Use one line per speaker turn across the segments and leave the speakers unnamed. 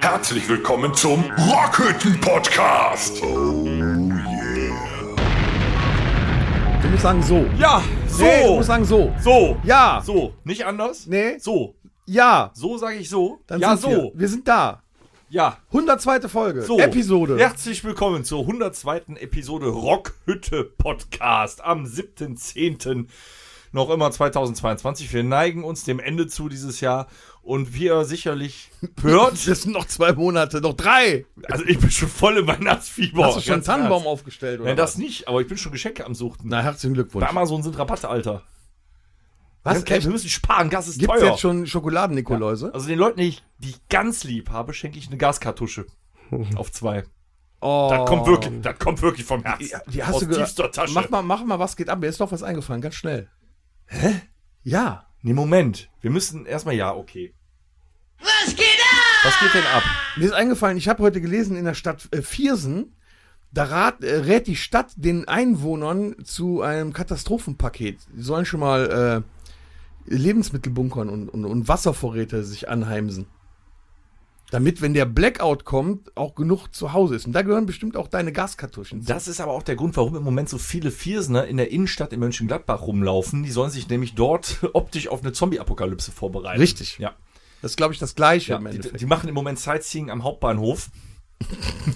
Herzlich willkommen zum Rockhütten Podcast. Oh
Ich muss sagen so.
Ja, so.
Nee, ich muss sagen so.
so.
Ja.
So. Nicht anders?
Nee.
So.
Ja.
So sage ich so.
Dann
ja,
sind
so.
Wir. wir sind da.
Ja.
102. Folge.
So.
Episode.
Herzlich willkommen zur 102. Episode Rockhütte Podcast am 7.10. noch immer 2022. Wir neigen uns dem Ende zu dieses Jahr und wie ihr sicherlich hört,
Das sind noch zwei Monate, noch drei.
also ich bin schon voll im Weihnachtsfieber.
Hast du schon einen
Ganz
Tannenbaum
ernst.
aufgestellt oder?
Nein,
was?
das nicht, aber ich bin schon Geschenke am Suchten.
Na, herzlichen Glückwunsch.
Bei Amazon sind Rabatte, Alter.
Was?
Wir
Echt?
müssen sparen, Gas ist
Gibt's
teuer.
jetzt schon Schokoladen-Nikoläuse?
Also den Leuten, die ich, die ich ganz lieb habe, schenke ich eine Gaskartusche. Auf zwei.
Oh.
Das kommt wirklich, das kommt wirklich vom Herzen.
Ja, die hast
Aus
du ge-
tiefster Tasche.
Mach mal, mach mal, was geht ab? Mir ist doch was eingefallen, ganz schnell. Hä? Ja.
Nee, Moment. Wir müssen erstmal ja, okay. Was geht ab? Was geht denn ab?
Mir ist eingefallen, ich habe heute gelesen in der Stadt äh, Viersen, da rat, äh, rät die Stadt den Einwohnern zu einem Katastrophenpaket. Die sollen schon mal äh, Lebensmittel bunkern und, und, und Wasservorräte sich anheimsen. Damit, wenn der Blackout kommt, auch genug zu Hause ist. Und da gehören bestimmt auch deine Gaskartuschen. zu.
Das ist aber auch der Grund, warum im Moment so viele Viersener in der Innenstadt in Mönchengladbach rumlaufen. Die sollen sich nämlich dort optisch auf eine Zombie-Apokalypse vorbereiten.
Richtig.
Ja.
Das ist, glaube ich, das Gleiche
ja
im
die,
Endeffekt.
die machen im Moment Sightseeing am Hauptbahnhof.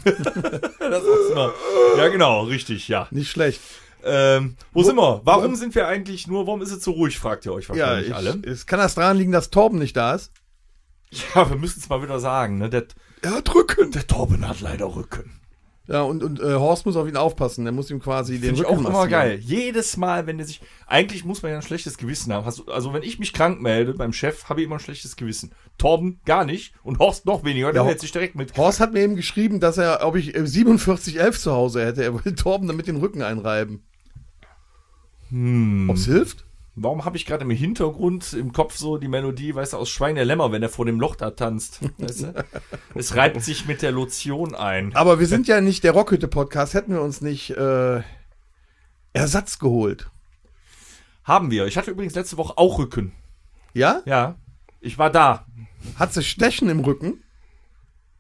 das ist immer. Ja, genau, richtig, ja.
Nicht schlecht.
Ähm, wo, sind wir? Warum sind wir eigentlich nur, warum ist es so ruhig, fragt ihr euch
Ja,
wahrscheinlich
ich,
alle.
es kann das daran liegen, dass Torben nicht da ist.
Ja, wir müssen es mal wieder sagen, ne? Der,
Er hat Rücken.
der Torben hat leider Rücken.
Ja, und, und äh, Horst muss auf ihn aufpassen. Der muss ihm quasi den
Finde ich auch
Rücken
immer
massieren.
geil. Jedes Mal, wenn der sich. Eigentlich muss man ja ein schlechtes Gewissen haben. Hast du- Also, wenn ich mich krank melde beim Chef, habe ich immer ein schlechtes Gewissen. Torben gar nicht und Horst noch weniger, der
Ja,
hält sich direkt mit.
Horst hat mir eben geschrieben, dass er, ob ich äh, 4711 zu Hause hätte. Er wollte Torben damit den Rücken einreiben.
Hm.
Ob's hilft?
Warum habe ich gerade im Hintergrund im Kopf so die Melodie, weißt du, aus Schwein der Lämmer, wenn er vor dem Loch da tanzt? Weißt du? es reibt sich mit der Lotion ein.
Aber wir sind ja nicht der Rockhütte-Podcast. Hätten wir uns nicht äh, Ersatz geholt.
Haben wir. Ich hatte übrigens letzte Woche auch Rücken.
Ja?
Ja. Ich war da.
Hat sie Stechen im Rücken?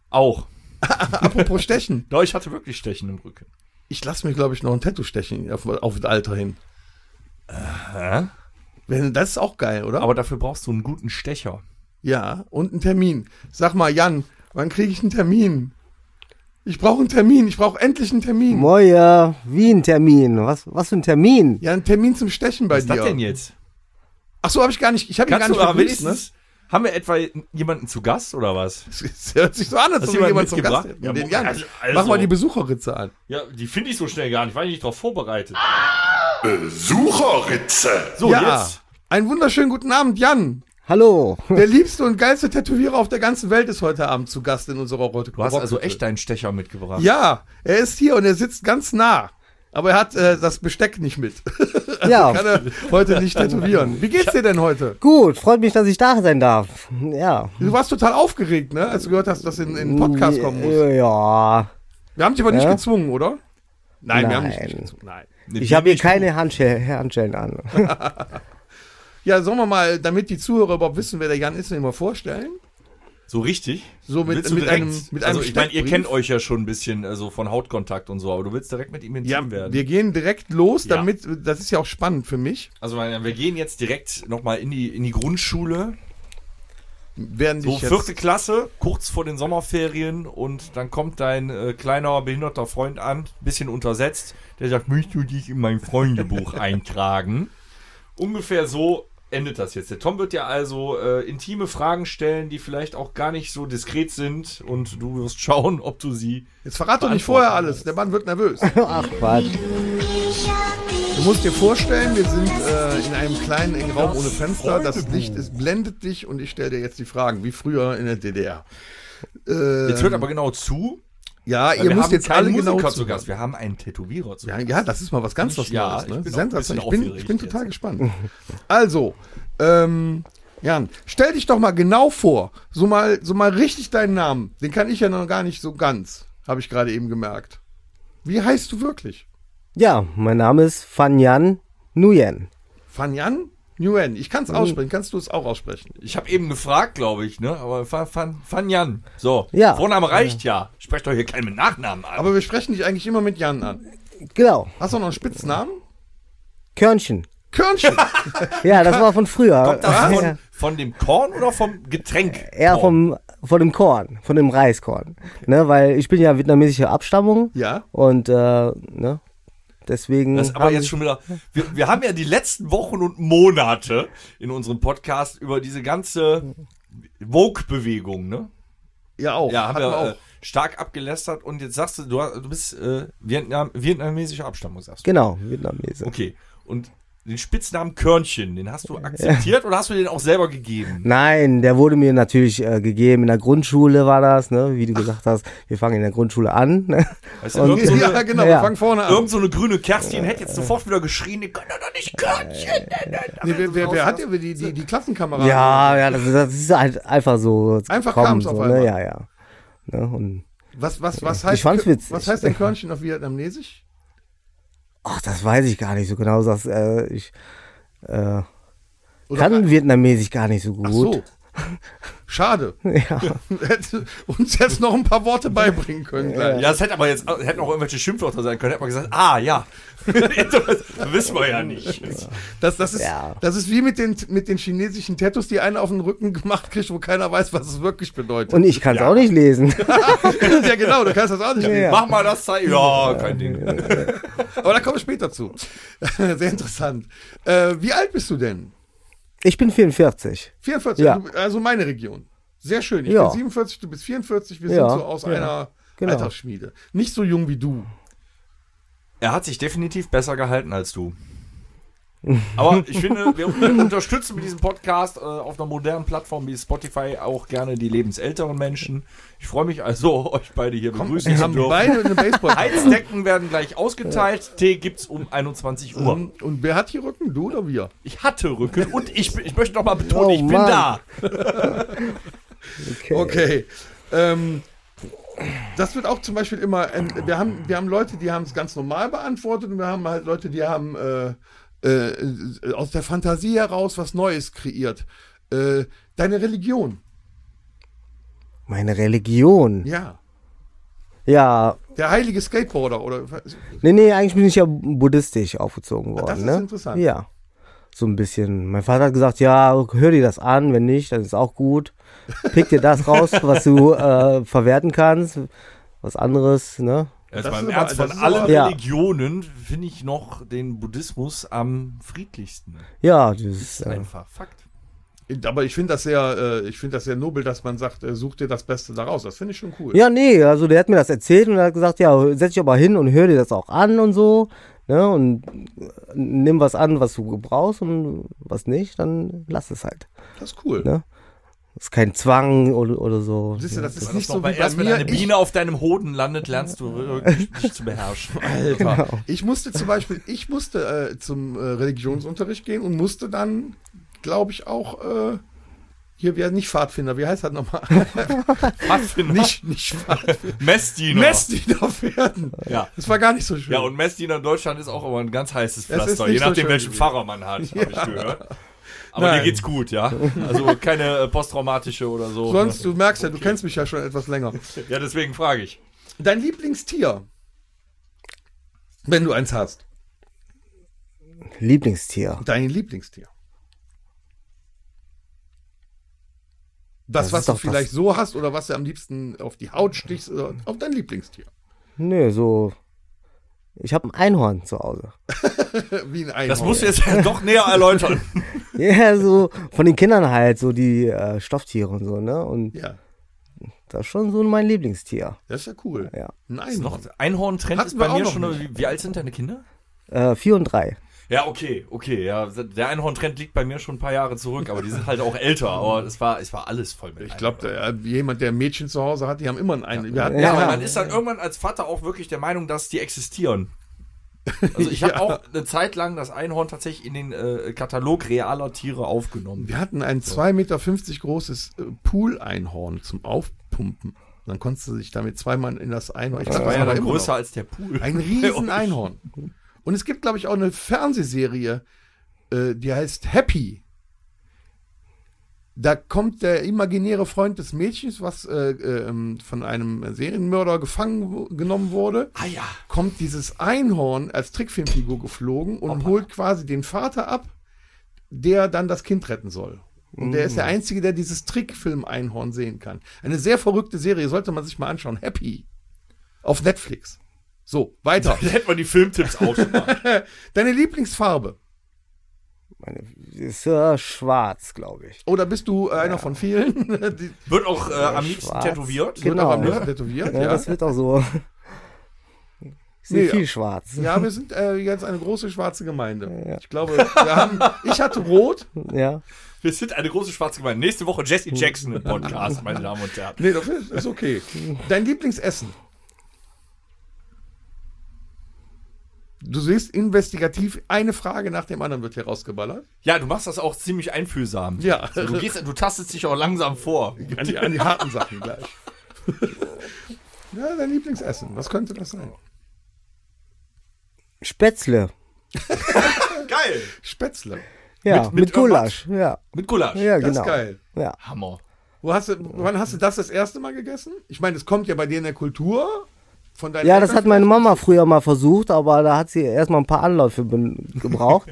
Auch.
Apropos Stechen.
Doch, ich hatte wirklich Stechen im Rücken.
Ich lasse mir, glaube ich, noch ein Tattoo stechen auf, auf das Alter hin.
Hä?
Wenn- Das ist auch geil, oder?
Aber dafür brauchst du einen guten Stecher.
ja, und einen Termin. Sag mal, Jan, wann kriege ich einen Termin? Ich brauche einen Termin. Ich brauche endlich einen Termin.
Moja, wie ein Termin? Was, was für ein Termin?
Ja, einen Termin zum Stechen bei
Was ist
dir.
das denn jetzt?
Ach so, habe ich gar nicht. Ich habe ihn gar
Kannst
nicht
du aber
begrüßt, ne?
wenigstens. Haben wir etwa jemanden zu Gast oder was?
Es hört sich so an, als
Hast
ob
du
wir jemanden
jemanden
zum Gast
mitgebracht?
hätten.
Ja,
den
Moment,
Jan.
also- also-
Mach mal die Besucherritze an.
Ja, die finde ich so schnell gar nicht. War ich nicht darauf vorbereitet.
Besucherritze.
So,
ja.
Oh, jetzt.
Einen wunderschönen guten Abend, Jan.
Hallo.
Der liebste und geilste Tätowierer auf der ganzen Welt ist heute Abend zu Gast in unserer Rotte.
Du hast also echt deinen Stecher mitgebracht.
Ja, er ist hier und er sitzt ganz nah. Aber er hat äh, das Besteck nicht mit. Kann
Ja,
er heute nicht tätowieren. Wie geht's dir denn heute?
gut. Freut mich, dass ich da sein darf. Ja.
Du warst total aufgeregt, ne? Als du gehört hast, dass du in in den Podcast kommen musst.
Ja.
Wir haben dich aber nicht
äh, Ja.
gezwungen, oder? Nein, wir haben dich
Nein.
nicht gezwungen. Nein.
Nee,
Ich
wir
habe hier
nicht.
keine Handschellen, Handschellen an.
Ja, sollen wir mal, damit die Zuhörer überhaupt wissen, wer der Jan ist, ihn mal vorstellen?
So richtig?
So mit-
Willst du
mit
direkt,
einem- mit
also
einem
ich meine, ihr
Steckbrief?
kennt euch ja schon ein bisschen, also von Hautkontakt und so, aber du willst direkt mit ihm intim
Ja,
werden.
wir gehen direkt los,
Ja.
damit, das ist ja auch spannend für mich,
also meine, wir gehen jetzt direkt nochmal in die, in die Grundschule.
werden
So
dich
vierte
jetzt...
Klasse, kurz vor den Sommerferien und dann kommt dein äh, kleiner behinderter Freund an, bisschen untersetzt, der sagt, möchtest du dich in mein Freundebuch eintragen? Ungefähr so endet das jetzt. Der Tom wird dir also äh, intime Fragen stellen, die vielleicht auch gar nicht so diskret sind und du wirst schauen, ob du sie
Jetzt verrat doch nicht vorher alles, der Mann wird nervös. Du
Ach, Quatsch.
musst dir vorstellen, wir sind äh, in einem kleinen, engen Raum ohne Fenster, das Licht ist, blendet dich und ich stelle dir jetzt die Fragen, wie früher in der DDR. Äh,
Jetzt hört aber genau zu.
ja,
weil
ihr müsst jetzt alle genau
Musiker zu
zuhören.
Gast. Wir haben einen Tätowierer zu
Ja,
Gast.
ja, das ist mal was ganz was
Ja,
Neues. Ne?
ich bin auch ein bisschen
Sensationell. Ich bin, ich bin
aufgeregt
total
jetzt.
gespannt. Also, ähm, Jan, stell dich doch mal genau vor. So mal, so mal richtig deinen Namen. Den kann ich ja noch gar nicht so ganz, habe ich gerade eben gemerkt. Wie heißt du wirklich?
Ja, mein Name ist Fanyan Nguyen.
Fanyan Nguyen. Ich kann
Oh.
es aussprechen. Kannst du es auch aussprechen?
Ich habe eben gefragt, glaube ich, ne? Aber Fan, Fan, Fan Jan. So.
Ja.
Vorname reicht ja. Sprecht doch hier keinen mit Nachnamen an.
Aber wir sprechen dich eigentlich immer mit Jan an.
Genau.
Hast du auch noch einen Spitznamen?
Körnchen.
Körnchen.
Ja, das war von früher.
Kommt das
Ja,
von, von dem Korn oder vom Getränk?
Eher
Korn?
vom, von dem Korn, von dem Reiskorn. Ne, weil ich bin ja vietnamesischer Abstammung
ja.
und äh, ne, deswegen.
Das ist aber
haben-
jetzt schon wieder. Wir, wir haben ja die letzten Wochen und Monate in unserem Podcast über diese ganze Vogue-Bewegung, ne?
Ja, auch.
Ja, haben
Hatten
wir äh, stark abgelästert und jetzt sagst du, du, hast- du bist äh, Vietnam, vietnamesischer Abstammung, sagst du.
Genau, Vietnamese.
Okay. Und den Spitznamen Körnchen, den hast du akzeptiert oder hast du den auch selber gegeben?
Nein, der wurde mir natürlich äh, gegeben. In der Grundschule war das, ne? wie du gesagt hast. Wir fangen in der Grundschule an. Ne?
Weißt du, irgend so eine,
ja, genau. Wir
Ja.
fangen vorne an.
irgend so eine grüne Kerstin hätte jetzt sofort wieder geschrien, die können doch nicht Körnchen nennen.
Nee, wer, wer, wer hat dir die, die, die Klassenkameraden?
Ja, ja, das ist, das ist halt einfach so.
Einfach
gekommen,
kam's auf
so,
einmal.
Ne? Ja, ja. Ne? Und,
Was, was, was heißt,
fand's witzig.
Was heißt denn Körnchen auf Vietnamesisch?
ach, das weiß ich gar nicht so genau. Das, äh, ich äh,
Oder-
kann Vietnamesisch gar nicht so
Ach
gut.
so. Schade.
Ja.
Hätte uns jetzt noch ein paar Worte beibringen können gleich.
Ja, es hätte aber jetzt hätten auch irgendwelche Schimpfwörter sein können. Hätte man gesagt, ah ja, das wissen wir ja nicht.
Das, das, ist,
Ja.
das ist wie mit den, mit den chinesischen Tattoos, die einer auf den Rücken gemacht kriegt, wo keiner weiß, was es wirklich bedeutet.
Und ich kann es auch nicht lesen.
ja, genau, du kannst das auch nicht.
Ja.
Mach mal das Zeichen. Ja, kein Ding.
Aber da kommen wir später zu. Sehr interessant. Äh, wie alt bist du denn?
Ich bin 44.
44,
Ja.
du- also meine Region. Sehr schön. Ich
Ja.
bin 47, du bist 44, wir
Ja,
sind so aus
ja,
einer
genau.
Altersschmiede. Nicht so jung wie du.
Er hat sich definitiv besser gehalten als du. Aber ich finde, wir wir unterstützen mit diesem Podcast äh, auf einer modernen Plattform wie Spotify auch gerne die lebensälteren Menschen. Ich freue mich also, euch beide hier begrüßen
Wir
zu
haben
dürfen.
beide eine Baseball.
Heizdecken werden gleich ausgeteilt. Tee gibt's um 21 Uhr.
Ähm, Und und wer hat hier Rücken? Du oder wir?
Ich hatte Rücken und ich, bin- ich möchte noch mal betonen,
Oh,
ich bin
Mann.
da.
Okay.
Okay. Ähm, das wird auch zum Beispiel immer, ähm, wir, haben, wir haben Leute, die haben es ganz normal beantwortet und wir haben halt Leute, die haben äh, äh, aus der Fantasie heraus was Neues kreiert. Äh, deine Religion,
Meine Religion.
ja.
Ja.
Der heilige Skateboarder oder
Nee, nee, eigentlich bin ich ja buddhistisch aufgezogen worden.
das ist
ne?
interessant.
Ja. So ein bisschen. Mein Vater hat gesagt, ja, hör dir das an, wenn nicht, dann ist auch gut. Pick dir das raus, was du äh, verwerten kannst. Was anderes, ne?
Jetzt
Das
mal im
ist aber-
Ernst, von
das ist
allen
aber-
Ja.
Religionen finde ich noch den Buddhismus am friedlichsten.
Ja, das ist, äh,
Einfach Fakt.
aber ich finde das sehr äh, ich finde das sehr nobel, dass man sagt, äh, such dir das Beste daraus. Das finde ich schon cool.
Ja, nee, also der hat mir das erzählt und hat gesagt, ja, setz dich aber hin und hör dir das auch an und so, ne? Und nimm was an, was du brauchst und was nicht, dann lass es halt.
Das ist cool.
Ja. Ist kein Zwang oder, oder so.
Siehst du, das ist
Das
nicht
noch,
so
weil
wie bei
erst wenn
mir.
eine Biene auf deinem Hoden landet, lernst du äh, dich zu beherrschen.
Alter. Ich musste zum Beispiel, ich musste äh, zum äh, Religionsunterricht gehen und musste dann, glaube ich, auch äh, hier werden nicht Pfadfinder, wie heißt das nochmal?
Pfadfinder.
nicht nicht Pfadfinder.
Messdiener.
Messdiener werden.
Ja.
Das war gar nicht so schön.
Genau. ja, und Messdiener in Deutschland ist auch immer ein ganz heißes
ist
Pflaster,
nicht
je
so
nachdem,
schön
welchen
gewesen.
Pfarrer man hat, habe ich gehört. Aber
Nein.
dir geht's gut, ja? Also keine äh, posttraumatische oder so. ne?
Sonst, du merkst ja, du kennst mich ja schon etwas länger.
Ja, deswegen frage ich.
Dein Lieblingstier, wenn du eins hast,
Lieblingstier.
dein Lieblingstier. Das,
Das
was
ist
du
doch das-
vielleicht so hast oder was du am liebsten auf die Haut stichst oder auf dein Lieblingstier.
Nö, so. Ich habe ein Einhorn zu Hause.
Äh, Wie ein Einhorn.
Das musst du jetzt doch näher erläutern.
Ja, so von den Kindern halt, so die äh, Stofftiere und so, ne? Und
Ja,
das ist schon so mein Lieblingstier.
das ist ja cool.
Ja.
Ein
Ist
Einhorn.
noch- Einhorn-Trend
Hatten
ist bei
wir auch
mir
noch
schon.
nicht.
Wie, wie alt sind deine Kinder?
Äh, vier und drei.
Ja, okay, okay, ja. Der Einhorn-Trend liegt bei mir schon ein paar Jahre zurück, aber die sind halt auch älter, aber es war, es war alles voll mit
Ich glaube, äh, jemand, der ein Mädchen zu Hause hat, die haben immer einen Einhorn. Wir hatten
Ja,
Ja.
aber man ist dann irgendwann als Vater auch wirklich der Meinung, dass die existieren. Also ich habe
Ja.
auch eine Zeit lang das Einhorn tatsächlich in den äh, Katalog realer Tiere aufgenommen.
wir hatten ein 2,50 Meter großes äh, Pool-Einhorn zum Aufpumpen. Dann konntest du dich damit zweimal in das Einhorn. Ich glaub,
Das war ja
aber
dann
immer noch.
größer als der Pool.
Ein riesen Einhorn. Und es gibt, glaube ich, auch eine Fernsehserie, äh, die heißt Happy. Da kommt der imaginäre Freund des Mädchens, was äh, ähm, von einem Serienmörder gefangen wo- genommen wurde,
Ah ja.
kommt dieses Einhorn als Trickfilmfigur geflogen und holt quasi den Vater ab, der dann das Kind retten soll. Und der ist der
Mm.
Einzige, der dieses Trickfilm-Einhorn sehen kann. Eine sehr verrückte Serie, sollte man sich mal anschauen. Happy. Auf Netflix. So, weiter.
Da hätte man die Filmtipps auch schon mal.
Deine Lieblingsfarbe.
Meine, ist ja schwarz, glaube ich.
Oder bist du äh, einer von vielen? Die
Wird auch äh, am liebsten
Schwarz.
tätowiert.
wird
Genau.
aber am liebsten tätowiert,
Ja,
ja.
Das wird auch so. Ich sehe
Nee,
viel schwarz.
ja, wir sind äh, jetzt eine große schwarze Gemeinde. Ich glaube, wir haben, ich hatte rot.
Ja.
Wir sind eine große schwarze Gemeinde. Nächste Woche Jesse
Hm.
Jackson im Podcast, meine Damen und Herren.
Nee, das ist ist okay. Dein Lieblingsessen? Du siehst investigativ, eine Frage nach dem anderen wird hier rausgeballert.
Ja, du machst das auch ziemlich einfühlsam.
Ja.
So, du, gehst, du tastest dich auch langsam vor.
An die, an die harten Sachen gleich. Ja, dein Lieblingsessen. Was könnte das sein?
Spätzle.
Geil.
Spätzle.
Ja,
Mit-
mit,
mit
Gulasch. Ja.
Mit Gulasch.
ja,
Das
genau.
ist geil.
Ja.
Hammer.
Wo hast du, wann hast du das das erste Mal gegessen? Ich meine, es kommt ja bei dir in der Kultur von deinen
ja, das
Eltern.
hat meine Mama früher mal versucht, aber da hat sie erstmal ein paar Anläufe ben- gebraucht.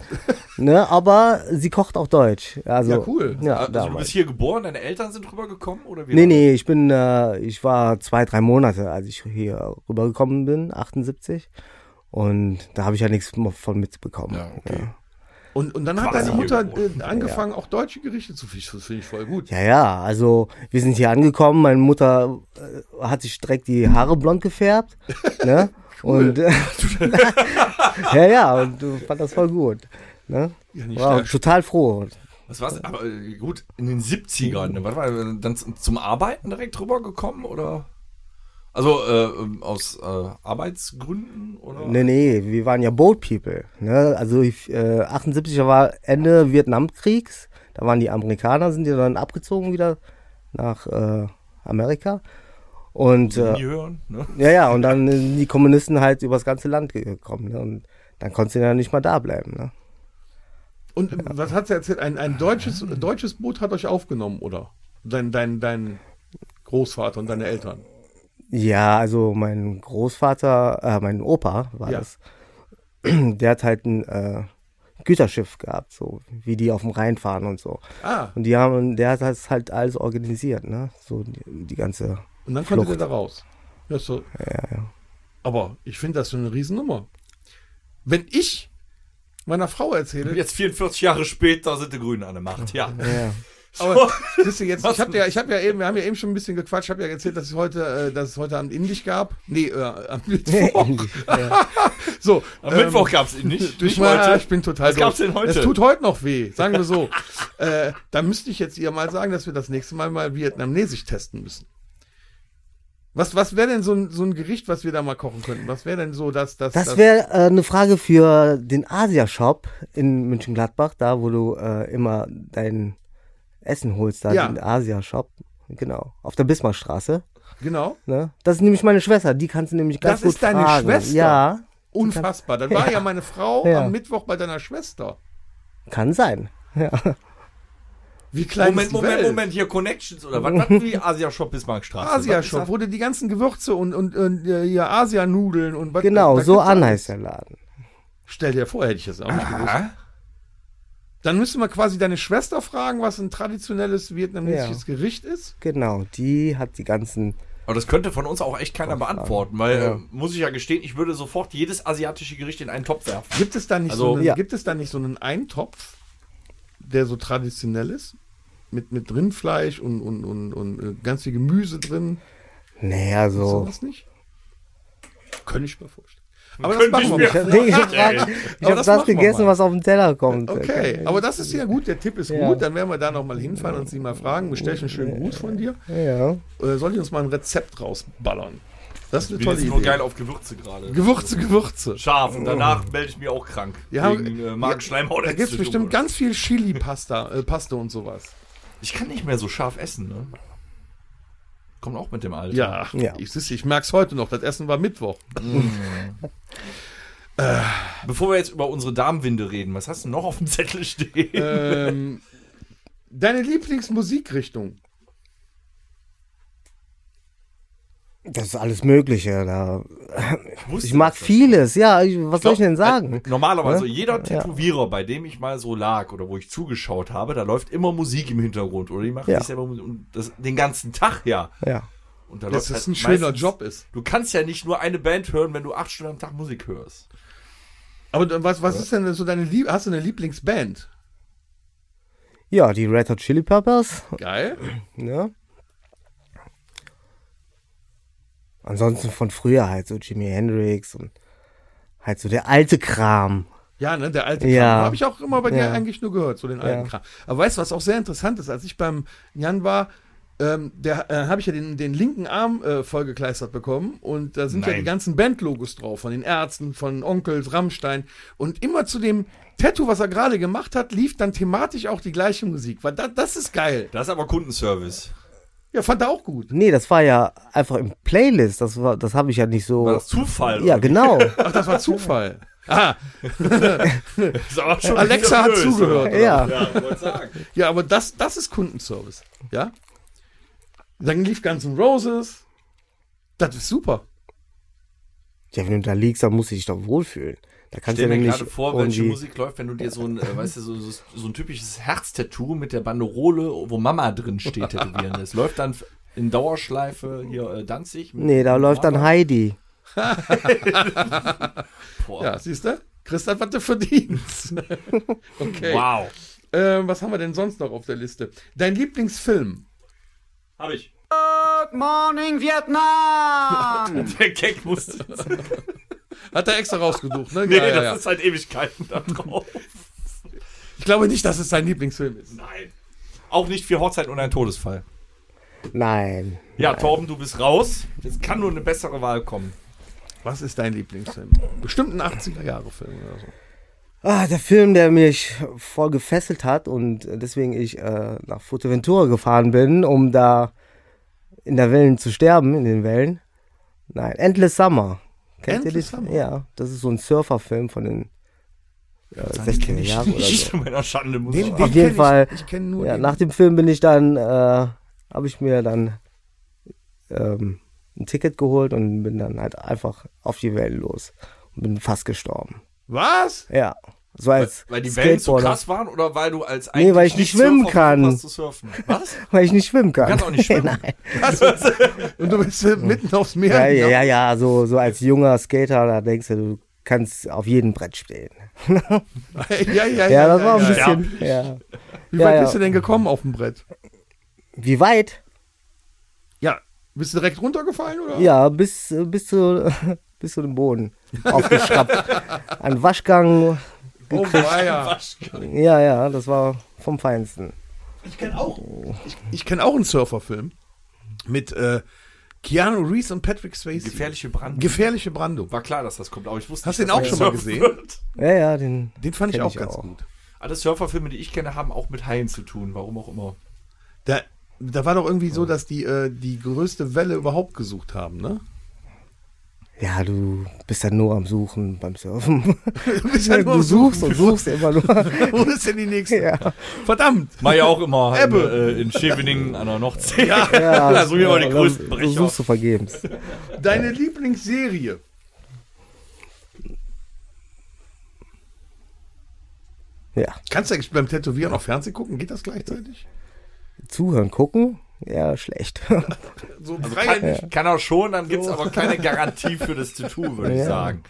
ne? Aber sie kocht auch Deutsch. Also,
Ja, cool.
Ja,
also, du
damals.
bist hier geboren, deine Eltern sind rübergekommen? Oder
Genau.
wie
Nee, nee, ich bin, äh, ich war zwei, drei Monate, als ich hier rübergekommen bin, 78. Und da habe ich ja nichts von mitbekommen.
Ja, okay.
Und, und dann hat
Quasi
deine Mutter
geboren.
äh, angefangen, auch deutsche Gerichte zu fischen. Das finde ich voll gut.
Ja, ja, also wir sind hier angekommen. Meine Mutter äh, hat sich direkt die Haare blond gefärbt. Ne? Und äh, ja, ja, und äh, fand das voll gut. Ne?
Ja, nicht
War
schlecht.
total froh.
Was war's? Aber äh, gut, in den 70ern. ne? Warte mal, dann z- zum Arbeiten direkt rübergekommen? Oder? Also äh, ähm, aus äh, Arbeitsgründen? Oder?
Oh. Nee, nee, wir waren ja Boat People. Ne? Also ich, äh, 78 war Ende Vietnamkriegs. Da waren die Amerikaner, sind ja dann abgezogen wieder nach äh, Amerika. Und äh,
Nie hören. Ne?
Ja, ja, und dann sind die Kommunisten halt übers ganze Land gekommen. Ne? Und dann konntest du ja nicht mal da bleiben. Ne?
Und äh, was hat sie erzählt? Ein, ein deutsches, ein deutsches Boot hat euch aufgenommen, oder? Dein, dein, dein Großvater und deine Eltern.
Ja, also mein Großvater, äh, mein Opa war
Ja.
das. Der hat halt ein äh, Güterschiff gehabt, so wie die auf dem Rhein fahren und so.
Ah,
Und die haben, der hat das halt alles organisiert, ne? So die, die ganze.
und dann konntet ihr
Flucht.
da raus. Das ist so. Aber ich finde das so eine Riesennummer. Wenn ich meiner Frau erzähle,
Jetzt 44 Jahre später sind die Grünen an der Macht. Ja.
Ja.
Aber wisst ihr jetzt, ich habe ja, ich habe ja eben, wir haben ja eben schon ein bisschen gequatscht, ich habe ja erzählt, dass es heute, äh, dass es heute Abend Indisch gab. Nee, äh, am Mittwoch. so,
Am Mittwoch gab es ihn nicht.
Du,
nicht
ich, heute. ich bin total
Was gab's
durch.
denn heute?
Es tut heute noch weh, sagen wir so. äh, da müsste ich jetzt ihr mal sagen, dass wir das nächste Mal mal Vietnamesisch testen müssen. Was, was wäre denn so ein, so ein Gericht, was wir da mal kochen könnten? Was wäre denn so, dass das.
Das wäre äh, eine Frage für den Asia-Shop in München-Gladbach, da wo du äh, immer dein Essen holst, da
Ja.
den Asia-Shop. Genau, auf der Bismarckstraße.
genau.
Ne? Das ist nämlich meine Schwester, die kannst du nämlich ganz
Das ist
gut
deine
fragen.
Schwester?
Ja,
Unfassbar. Dann war ja, meine Frau
Ja.
am Mittwoch bei deiner Schwester.
kann sein. Ja.
Wie klein
Moment,
ist die
Moment,
Welt?
Moment, hier Connections oder was? Was wie Asia-Shop Bismarckstraße?
Asia-Shop,
Was
wo du die ganzen Gewürze und, und, und äh, hier Asia-Nudeln und was-
Genau,
da
so
gibt's
an
alles.
heißt der Laden.
Stell dir vor, hätte ich das auch
ist
nicht
das?
gewusst.
Aha.
Dann müsste man quasi deine Schwester fragen, was ein traditionelles vietnamesisches Gericht ist.
Genau, die hat die ganzen.
Aber das könnte von uns auch echt keiner beantworten, weil,
Ja.
äh, muss ich ja gestehen, ich würde sofort jedes asiatische Gericht in einen Topf werfen.
Gibt es da nicht,
Also-
so, einen,
Ja.
gibt es da nicht so einen Eintopf, der so traditionell ist? Mit, mit Rindfleisch und, und, und, und äh, ganz viel Gemüse drin.
Naja,
Ist
so.
sowas nicht? Könnte ich mir vorstellen. Aber
Könnte
das machen
ich
wir
mir
mal.
Ich habe gefragt, ich hab
das
das,
machen wir
gegessen,
mal.
was auf dem Teller kommt.
Okay, aber das ist ja gut, der Tipp ist
Ja.
gut, dann werden wir da nochmal hinfahren und sie mal fragen. Bestell ich einen schönen Gruß von dir.
Ja.
Äh, soll ich uns mal ein Rezept rausballern? Das ist eine
Ich bin
tolle
jetzt nur
Idee.
geil auf Gewürze gerade.
Gewürze, Gewürze.
Scharf und danach melde ich mir auch krank.
Ja,
wegen äh, Magenschleimhaut.
Da gibt es bestimmt ganz viel Chili-Pasta äh, Paste und sowas.
Ich kann nicht mehr so scharf essen, ne? Kommt auch mit dem Alter.
Ja,
Ja.
ich, siehst du, ich merke es heute noch. Das Essen war Mittwoch.
Bevor wir jetzt über unsere Darmwinde reden, was hast du noch auf dem Zettel stehen?
ähm, deine Lieblingsmusikrichtung?
Das ist alles Mögliche. Da.
wusste
Ich mag
das.
vieles. Ja, ich, was soll ich denn sagen?
Äh, Normalerweise,
Ne?
jeder Tätowierer, bei dem ich mal so lag oder wo ich zugeschaut habe, da läuft immer Musik im Hintergrund oder die machen
Ja.
sich selber Musik. Und das, den ganzen Tag, ja.
Ja.
Und da
Dass
läuft
das
halt
ein schöner
meistens-
Job ist.
Du kannst ja nicht nur eine Band hören, wenn du acht Stunden am Tag Musik hörst.
Aber du- was, was ist denn so deine Lieb Hast du eine Lieblingsband?
ja, die Red Hot Chili Peppers.
Geil.
Ne? Ansonsten von früher halt so Jimi Hendrix und halt so der alte Kram.
Ja, ne, der alte
Ja.
Kram. Habe ich auch immer bei dir
Ja.
eigentlich nur gehört, so den alten
Ja.
Kram. Aber weißt du, was auch sehr interessant ist? Als ich beim Jan war, ähm, der äh, habe ich ja den, den linken Arm äh, vollgekleistert bekommen und da sind ja
Nein.
die ganzen Bandlogos drauf, von den Ärzten, von Onkels, Rammstein. Und immer zu dem Tattoo, was er gerade gemacht hat, lief dann thematisch auch die gleiche Musik. Weil da, das ist geil.
Das ist aber Kundenservice.
Ja, fand er auch gut.
Nee, das war ja einfach im Playlist. Das war, das habe ich ja nicht so.
War das Zufall?
Oh. ja,
oder wie?
genau.
Ach, das war Zufall. Ah,
Ist aber schon
Alexa hat
seriös,
zugehört. oder?
ja.
oder? Ja, wollte sagen.
Ja, aber das, das ist Kundenservice. Ja? Dann lief Guns N' Roses. Das ist super.
Ja, wenn du da liegst, dann musst du dich doch wohlfühlen. Da kannst
Stell
du
mir
ja nicht um
gerade vor, welche
irgendwie-
Musik läuft, wenn du dir so ein, äh, weißt du, so, so, so ein typisches Herztattoo mit der Banderole, wo Mama drin steht, tätowieren lässt. Läuft dann in Dauerschleife hier äh, Danzig? mit-
Nee, da läuft dann
Mama?
Heidi.
Boah.
Ja, siehst du? Chris hat was du verdienst. Okay.
Wow.
Ähm, was haben wir denn sonst noch auf der Liste? Dein Lieblingsfilm.
Hab ich.
Morning Vietnam!
Der Gag musste. Nee,
Hat er extra rausgesucht, ne?
nee
ja, ja,
das
ja.
ist halt Ewigkeiten da drauf.
Ich glaube nicht, dass es sein Lieblingsfilm ist.
Nein. Auch nicht für Hochzeit und ein Todesfall.
Nein.
Ja, Torben, du bist raus. Es kann nur eine bessere Wahl kommen.
Was ist dein Lieblingsfilm? Bestimmt ein 80er-Jahre-Film oder so.
Ah, der Film, der mich voll gefesselt hat und deswegen ich äh, nach Fuerteventura gefahren bin, um da in der Wellen zu sterben, in den Wellen. Nein, Endless Summer. Kennt
Endless
ihr das?
Summer?
Ja, das ist so ein Surferfilm von den äh, 60er Jahren oder so.
Zu meiner Schande muss
Den-
ich
den
Auf
kenn
jeden
ich,
Fall.
Ich kenne nur
Ja,
den.
nach dem Film bin ich dann, äh, habe ich mir dann ähm, ein Ticket geholt und bin dann halt einfach auf die Wellen los und bin fast gestorben.
Was?
Ja, so als
Weil die Wellen zu
Skateboarder,
krass waren oder weil du als
Nee, weil ich nicht schwimmen
Surfer
kann.
versucht hast zu surfen? Was?
weil ich nicht schwimmen kann.
kannst auch nicht schwimmen. Also,
Nein.
Und du bist äh, mitten aufs Meer.
Ja, ja,
gegangen.
ja, ja, so, so als junger Skater, da denkst du, du kannst auf jedem Brett stehen.
ja, ja,
Ja, das war ein
ja.
bisschen. Ja.
Wie
Ja,
weit
ja.
bist du denn gekommen auf dem Brett?
Wie weit?
Ja. Bist du direkt runtergefallen oder?
Ja, bis, äh, bis, zu, bis zu dem Boden aufgeschraubt. An Waschgang.
Oh, weia.
Ja, ja, das war vom Feinsten.
Ich kenne auch, ich, ich kenn auch einen Surferfilm mit äh, Keanu Reeves und Patrick Swayze.
Gefährliche Brand.
Gefährliche Brandung.
war klar, dass das kommt, aber ich wusste
Hast
nicht,
du den
dass
auch
das
schon mal
gesurft wird.
Ja, ja, den.
Den fand ich
Kenn
auch
ich
ganz
auch.
gut.
Alle Surferfilme, die ich kenne, haben auch mit Haien zu tun, warum auch immer.
Da, da war doch irgendwie so, dass die äh, die größte Welle überhaupt gesucht haben, ne?
Ja, du bist ja nur am Suchen beim Surfen.
Du bist ja nur
Du
am
suchst und
Suchen.
suchst immer nur.
Wo ist denn die nächste?
Ja.
Verdammt!
War ja auch immer in,
Ebbe.
äh, in Scheveningen an der Nordsee.
Ja,
da suchen wir immer
ja,
die größten
Du
Brecher.
suchst du vergebens.
Deine Lieblingsserie.
Ja.
Kannst du eigentlich beim Tätowieren auch Fernsehen gucken? Geht das gleichzeitig?
Zuhören, gucken? Ja, schlecht.
So
Kann,
freihändig.
kann er schon, dann gibt es aber keine Garantie für das Tattoo, würde ich
Ja.
sagen.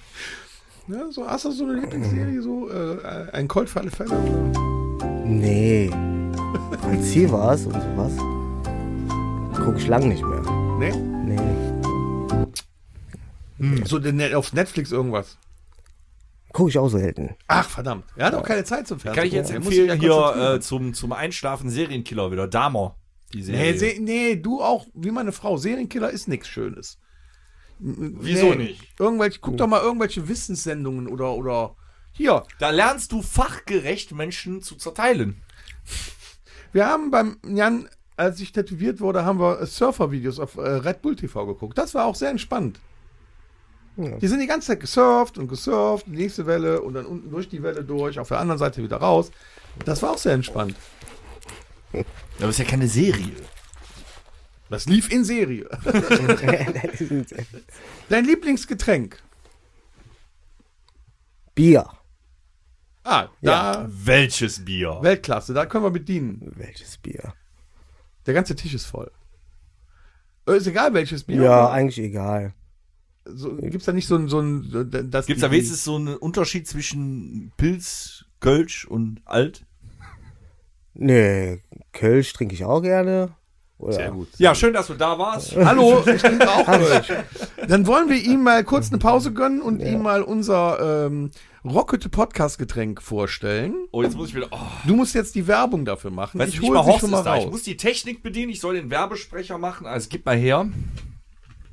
Ja, ne? so, hast du so eine Lieblingsserie? So äh, ein Colt für alle Fälle?
Nee. Mein Ziel war es und sowas. Guck ich lang nicht mehr.
Nee?
Nee.
So den- auf Netflix irgendwas.
Guck ich auch selten.
Ach, verdammt. Er hat auch keine Zeit zum Fernsehen.
Kann ich jetzt
gucken. Er muss sich
empfehlen,
ja
hier
konzentrieren.
äh, zum, zum Einschlafen Serienkiller wieder, Dahmer, die Serie.
Nee, se nee, du auch, wie meine Frau, Serienkiller ist nichts Schönes. M-
Wieso nicht?
Irgendwelche, guck doch mal irgendwelche Wissenssendungen oder, oder hier.
Da lernst du fachgerecht Menschen zu zerteilen.
Wir haben beim Jan, als ich tätowiert wurde, haben wir äh, Surfer-Videos auf äh, Red Bull TV geguckt. Das war auch sehr entspannt. Die sind die ganze Zeit gesurft und gesurft, die nächste Welle und dann unten durch die Welle durch, auf der anderen Seite wieder raus. Das war auch sehr entspannt.
Aber ist ja keine Serie.
Das lief in Serie. Dein Lieblingsgetränk?
Bier.
Ah, da
Welches Bier?
Weltklasse, da können wir mit dienen.
Welches Bier?
Der ganze Tisch ist voll. Äh, Ist egal welches Bier.
Ja, eigentlich egal.
So, gibt's da nicht so ein, so ein das
Gibt es da wenigstens so einen Unterschied zwischen Pilz, Kölsch und Alt?
Nee, Kölsch trinke ich auch gerne. Oder
Sehr gut.
Ja, schön, dass du da warst.
Hallo, ich trinke auch Kölsch. Dann wollen wir ihm mal kurz eine Pause gönnen und ihm mal unser ähm, Rockete Podcast Getränk vorstellen.
Oh, jetzt muss ich wieder. Oh,
Du musst jetzt die Werbung dafür machen.
weiß ich nicht
hol
mal,
sie
Horst ist da. Ich muss die Technik bedienen. Ich soll den Werbesprecher machen. Also gib mal her.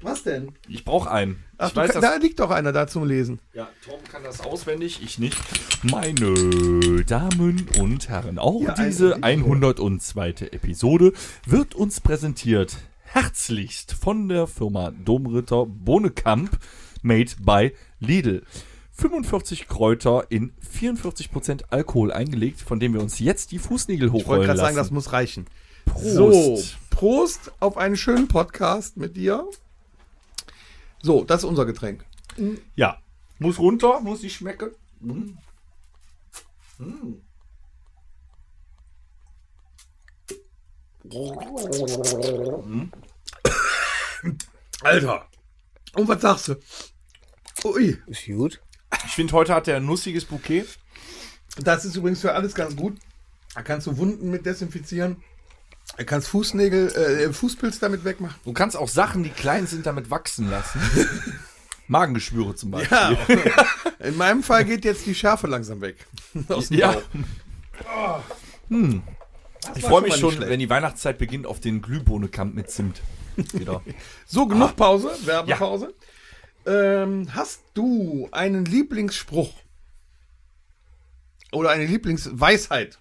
Was denn?
Ich brauche einen.
Ach,
ich
du kann, da liegt doch einer da zum Lesen.
Ja, Tom kann das auswendig, ich nicht. Meine Damen und Herren, auch
Ja, also
diese
eigentlich.
102. Episode wird uns präsentiert herzlichst von der Firma Domritter Bohnekamp, made by Lidl. 45 Kräuter in 44% Alkohol eingelegt, von dem wir uns jetzt die Fußnägel
Ich wollte
hochrollen
gerade
lassen.
sagen, das muss reichen.
Prost.
So, Prost auf einen schönen Podcast mit dir. So, das ist unser Getränk.
ja, muss runter, muss ich schmecken.
Mhm.
Mhm.
Alter. Und was sagst du? Ui,
ist gut.
Ich finde, heute hat er ein nussiges Bouquet.
das ist übrigens für alles ganz gut. Da kannst du Wunden mit desinfizieren. Da kannst Fußnägel, äh, Fußpilz damit wegmachen.
Du kannst auch Sachen, die klein sind, damit wachsen lassen. Magengeschwüre zum Beispiel.
Ja. In meinem Fall geht jetzt die Schärfe langsam weg. Aus dem
Ja.
Bauch.
Ich
war schon
freue mich
mal
schon,
nicht schlecht.
wenn die Weihnachtszeit beginnt, auf den Glühbohnenkamp mit Zimt. Wieder.
So, genug Pause, Werbepause. Ähm, hast du einen Lieblingsspruch? Oder eine Lieblingsweisheit?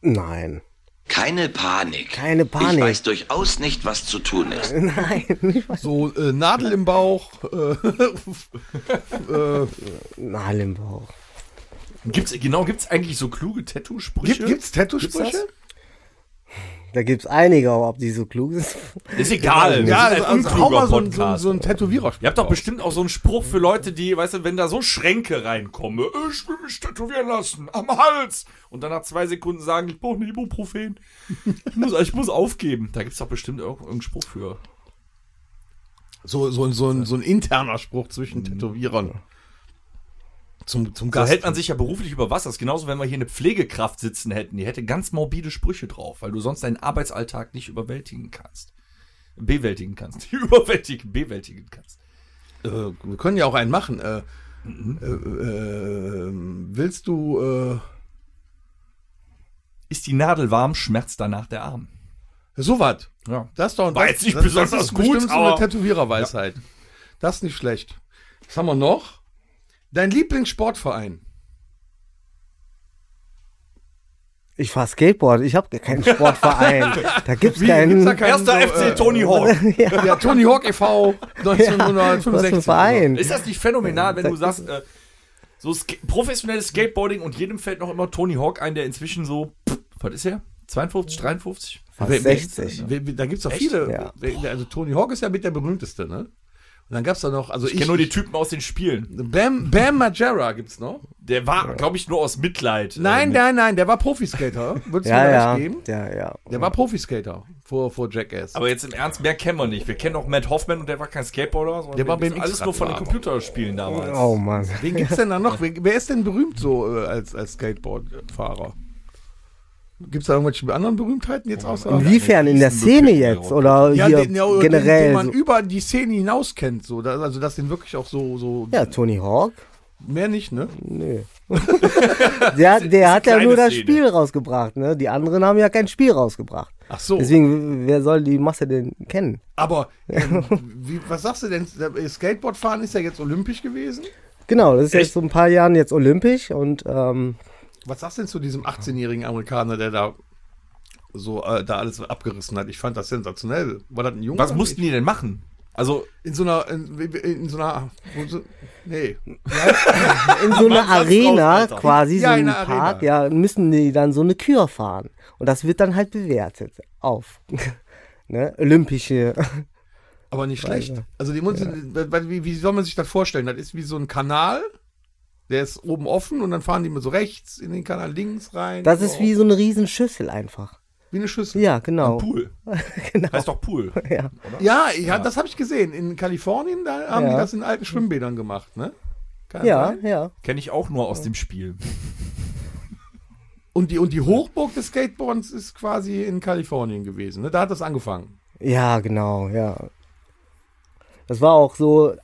Nein.
Keine Panik.
Keine Panik.
Ich weiß durchaus nicht, was zu tun ist.
So äh, Nadel im Bauch. Äh, äh,
Nein, im Bauch.
Gibt's, genau, gibt's eigentlich so kluge
gibt,
Tattoo-Sprüche?
gibt's Tattoo-Sprüche?
Gibt's
Da gibt's einige, aber ob die so klug sind.
Ist egal. wir
Ja, also,
sind ein
also hau mal so, ein- so, ein-
Podcast.
so ein Tätowierer.
Ihr habt doch bestimmt auch so einen Spruch für Leute, die, weißt du, wenn da so Schränke reinkommen, äh, ich will mich tätowieren lassen, am Hals. Und dann nach zwei Sekunden sagen, ich brauche ein Ibuprofen. Ich muss, ich muss aufgeben. Da gibt's doch bestimmt irg- irgendeinen Spruch für.
So, so, so, ein, so ein interner Spruch zwischen Tätowierern. Zum, zum
Da
Gast.
hält man sich ja beruflich über Wasser. Das ist genauso, wenn wir hier eine Pflegekraft sitzen hätten. Die hätte ganz morbide Sprüche drauf, weil du sonst deinen Arbeitsalltag nicht überwältigen kannst. Bewältigen kannst. Überwältigen, bewältigen kannst.
äh, wir können ja auch einen machen. Äh, äh, äh, willst du. Äh,
Ist die Nadel warm, schmerzt danach der Arm.
so was.
Ja.
Das ist doch
War jetzt nicht besonders
das ist
gut,
bestimmt so eine
aber-
Tätowiererweisheit. Das ist nicht schlecht. Was haben wir noch? Dein Lieblingssportverein.
Ich fahr Skateboard. Ich habe keinen Sportverein. Da
gibt's
gibt's
da
keinen.
keinen
Erster
so,
FC
äh,
Tony Hawk.
Ja, Tony Hawk e e.V.
Was für ein
1965.
Verein?
Ist das nicht phänomenal, wenn du sagst, äh, so ska professionelles Skateboarding und jedem fällt noch immer Tony Hawk ein, der inzwischen so, pff, was ist er? 52, 53?
Fast
Wer- wer-
60.
wer- wer- Da gibt's doch viele.
Ja.
Wer- Also Tony Hawk ist ja mit der berühmteste, ne? Und dann gab's da noch, also ich,
Ich kenne nur die Typen aus den Spielen.
Bam, Bam Majera gibt's noch.
Der war, glaube ich, nur aus Mitleid. äh,
Nein,
mit-
nein, nein, der war Profiskater. Würdest du
Ja,
mir
ja.
recht geben?
Ja, ja.
Der war Profiskater vor, vor Jackass.
Aber jetzt im Ernst, mehr kennen wir nicht. Wir kennen auch Matt Hoffman und der war kein Skateboarder, sondern
Der war
wir wissen alles
BMX-Radfahrer.
nur von den Computerspielen damals.
Oh Mann.
Wen gibt's denn da noch? Wer, wer ist denn berühmt so äh, als, als Skateboardfahrer? Gibt's da irgendwelche anderen Berühmtheiten jetzt außer?
Inwiefern? In der Szene jetzt? Oder
Ja,
hier
den, ja, oder Den, den
generell?
man
so?
über die Szene hinaus kennt, so. Da- also, dass den wirklich auch so, so,
Ja, Tony Hawk.
mehr nicht, ne?
Nö. der der hat ja
kleine
nur das
Szene.
Spiel rausgebracht, ne? Die anderen haben ja kein Spiel rausgebracht.
Ach so.
Deswegen, wer soll die Masse denn kennen?
Aber, ähm, wie, was sagst du denn? Äh, Skateboardfahren ist ja jetzt olympisch gewesen.
Genau, das ist jetzt so ein paar Jahren jetzt olympisch und ähm,
Was sagst du denn zu diesem 18-jährigen Amerikaner, der da so äh, da alles abgerissen hat. Ich fand das sensationell. War das ein Junge?
Was mussten die denn machen? Also,
in so einer in, in so einer wo so- nee,
in so eine Arena
Alter.
quasi,
Ja, in
so einen
der Arena.
Park, ja, müssen die dann so eine Kür fahren. Und das wird dann halt bewertet auf ne? olympische.
aber nicht schlecht. Also die muss weil- weil- wie, wie soll man sich das vorstellen? Das ist wie so ein Kanal, der ist oben offen und dann fahren die immer so rechts in den Kanal links rein.
Das
so,
ist wie so eine Riesenschüssel einfach.
wie eine Schüssel.
Ja, genau.
Pool.
genau.
Heißt doch Pool.
Ja.
Ja, ja, das habe ich gesehen. In Kalifornien, da haben die
Ja. Mhm.
das in alten Schwimmbädern gemacht, ne? Kann das
Ja,
sein?
ja.
Kenne ich auch nur aus dem Spiel.
Und die, und die Hochburg des Skateboardens ist quasi in Kalifornien gewesen, ne? Da hat das angefangen.
Ja, genau, ja. Das war auch so,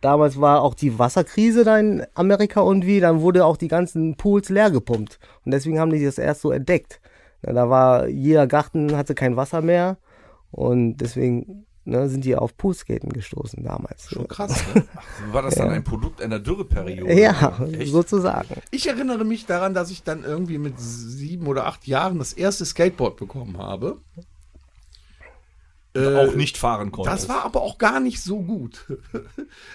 damals war auch die Wasserkrise da in Amerika und wie, dann wurde auch die ganzen Pools leer gepumpt. Und deswegen haben die das erst so entdeckt. Na, da war, jeder Garten hatte kein Wasser mehr und deswegen ne, sind die auf Poolskaten gestoßen damals.
Schon krass, ne?
War das dann ein Produkt einer Dürreperiode?
Ja,
Echt?
sozusagen.
Ich erinnere mich daran, dass ich dann irgendwie mit sieben oder acht Jahren das erste Skateboard bekommen habe. Äh,
auch nicht fahren konnte.
Das war aber auch gar nicht so gut.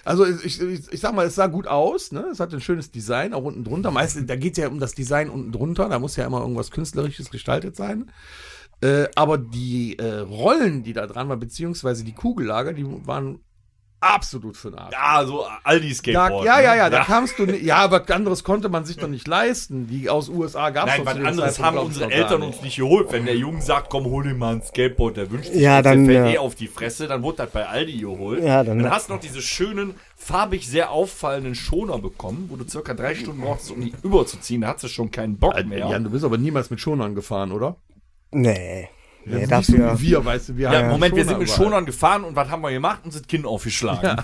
Also ich, ich, ich sag mal, es sah gut aus, ne? Es hat ein schönes Design, auch unten drunter. Meistens, da geht es ja um das Design unten drunter, da muss ja immer irgendwas Künstlerisches gestaltet sein. Äh, aber die äh, Rollen, die da dran waren, beziehungsweise die Kugellager, die waren absolut für den Arsch.
Ja, Ah, so
Da,
Aldi-Skateboard.
ja, ja, ja,
ne?
da kamst du nicht. Ja, aber was anderes konnte man sich doch nicht leisten. Die aus USA gab es
Nein, was anderes haben unsere Eltern uns nicht geholt. Wenn der Junge sagt, komm, hol dir mal ein Skateboard, der wünscht sich,
Ja,
das,
dann,
der fällt
ja.
eh auf die Fresse, dann wurde das bei Aldi geholt.
Ja, dann-
hast du noch diese schönen, farbig sehr auffallenden Schoner bekommen, wo du circa drei Stunden brauchst, um die überzuziehen. Da hattest du schon keinen Bock mehr.
Jan, du bist aber niemals mit Schonern gefahren, oder?
Nee. Nee,
Nicht so
dafür.
wie wir, weißt du, wir
Ja,
haben
Moment, wir sind mit
überall.
Schonern gefahren und was haben wir gemacht? Uns das Kinn aufgeschlagen.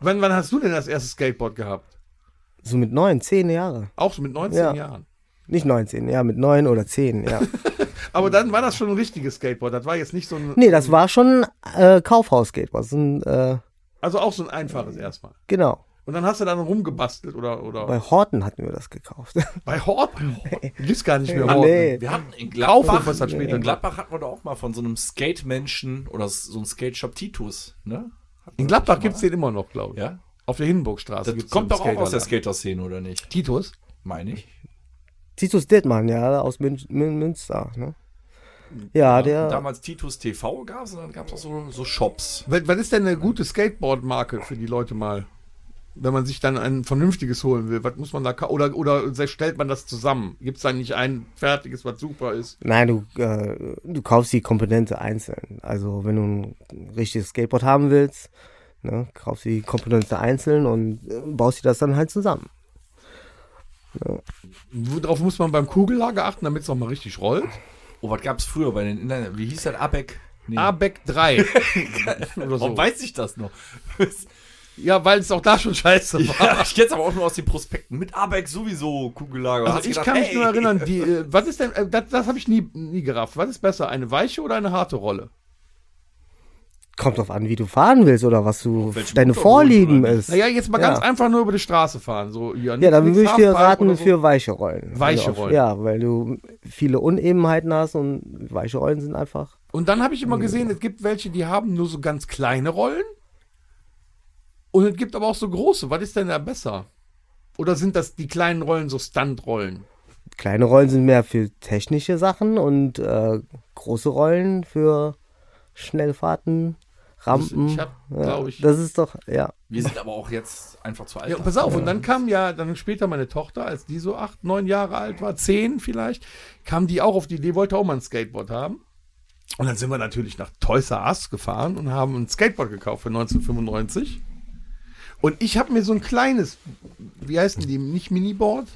Wann, wann hast du denn das erste Skateboard gehabt?
So mit neun, zehn Jahre.
Auch so mit 19
Ja.
Jahren.
Nicht 19, ja, mit neun oder zehn, ja.
Aber dann war das schon ein richtiges Skateboard. Das war jetzt nicht so ein.
Nee, das war schon äh, Kaufhaus-Skateboard. So ein, äh,
Also auch so ein einfaches erstmal.
genau.
Und dann hast du dann rumgebastelt oder. oder
Bei Horten hatten wir das gekauft.
bei Hort? Gibt's gar nicht mehr Hort.
Nee.
Wir hatten in
Kaufhof,
Gladbach,
was hat später
in Gladbach hatten wir doch auch mal von so einem Skate-Menschen oder so einem Skate-Shop Titus, ne?
In Gladbach gibt's den immer noch, glaube ich.
Ja?
Auf der Hindenburgstraße.
Das
gibt's
kommt
so
doch
einen
auch aus der
Skaterladen.
Skater-Szene, oder nicht?
Titus?
Meine ich.
Titus Dittmann, ja, aus Mün Mün Münster, ne? Ja,
Und
der.
damals Titus TV gab es und dann gab es auch so, so Shops.
Was, was ist denn eine gute Skateboard-Marke für die Leute mal? Wenn man sich dann ein vernünftiges holen will, was muss man da ka- oder oder stellt man das zusammen? Gibt es dann nicht ein fertiges, was super ist?
Nein, du, äh, du kaufst die Komponente einzeln. Also, wenn du ein richtiges Skateboard haben willst, ne, kaufst die Komponente einzeln und äh, baust dir das dann halt zusammen.
Worauf muss man beim Kugellager achten, damit es auch mal richtig
Hm.
rollt?
Oh, was gab es früher bei den Inline? Wie hieß das? Abeck? Nee.
Abeck 3 oder
Warum
so.
weiß ich das noch?
Ja, weil es auch da schon scheiße war.
ja, ich jetzt aber auch nur aus den Prospekten. Mit Abeck sowieso Kugellager. Hast
Also ich
gedacht,
kann mich
ey.
nur erinnern, die, äh, was ist denn, äh, das, das habe ich nie, nie gerafft. Was ist besser, eine weiche oder eine harte Rolle?
Kommt drauf an, wie du fahren willst oder was du
welchen
deine
Motor du holst,
Vorlieben
oder?
ist.
Naja, jetzt mal
Ja.
ganz einfach nur über die Straße fahren. So,
Ja, dann
nix
würde ich dir
Halfpipe
raten
oder so.
für weiche Rollen.
Weiche
Also auf-
Rollen.
Ja, weil du viele Unebenheiten hast und weiche Rollen sind einfach.
Und dann habe ich immer gesehen, es gibt welche, die haben nur so ganz kleine Rollen. Und es gibt aber auch so große. Was ist denn da besser? Oder sind das die kleinen Rollen so Stunt-Rollen?
Kleine Rollen sind mehr für technische Sachen und äh, große Rollen für Schnellfahrten, Rampen.
Ich hab, glaub ich-
Ja, das ist doch, ja.
Wir sind aber auch jetzt einfach zu alt.
Ja, und pass auf, und dann kam ja dann später meine Tochter, als die so acht, neun Jahre alt war, zehn vielleicht, kam die auch auf die Idee, wollte auch mal ein Skateboard haben. Und dann sind wir natürlich nach Toys R Us gefahren und haben ein Skateboard gekauft für 1995. Und ich habe mir so ein kleines, wie heißen die, nicht Miniboard?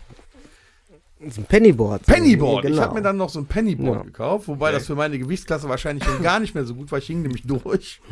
So ein Pennyboard.
Pennyboard.
Ja,
Ich habe mir dann noch so ein Pennyboard
genau. Ja.
gekauft, wobei das für meine Gewichtsklasse wahrscheinlich schon gar nicht mehr so gut war. Ich hing nämlich durch.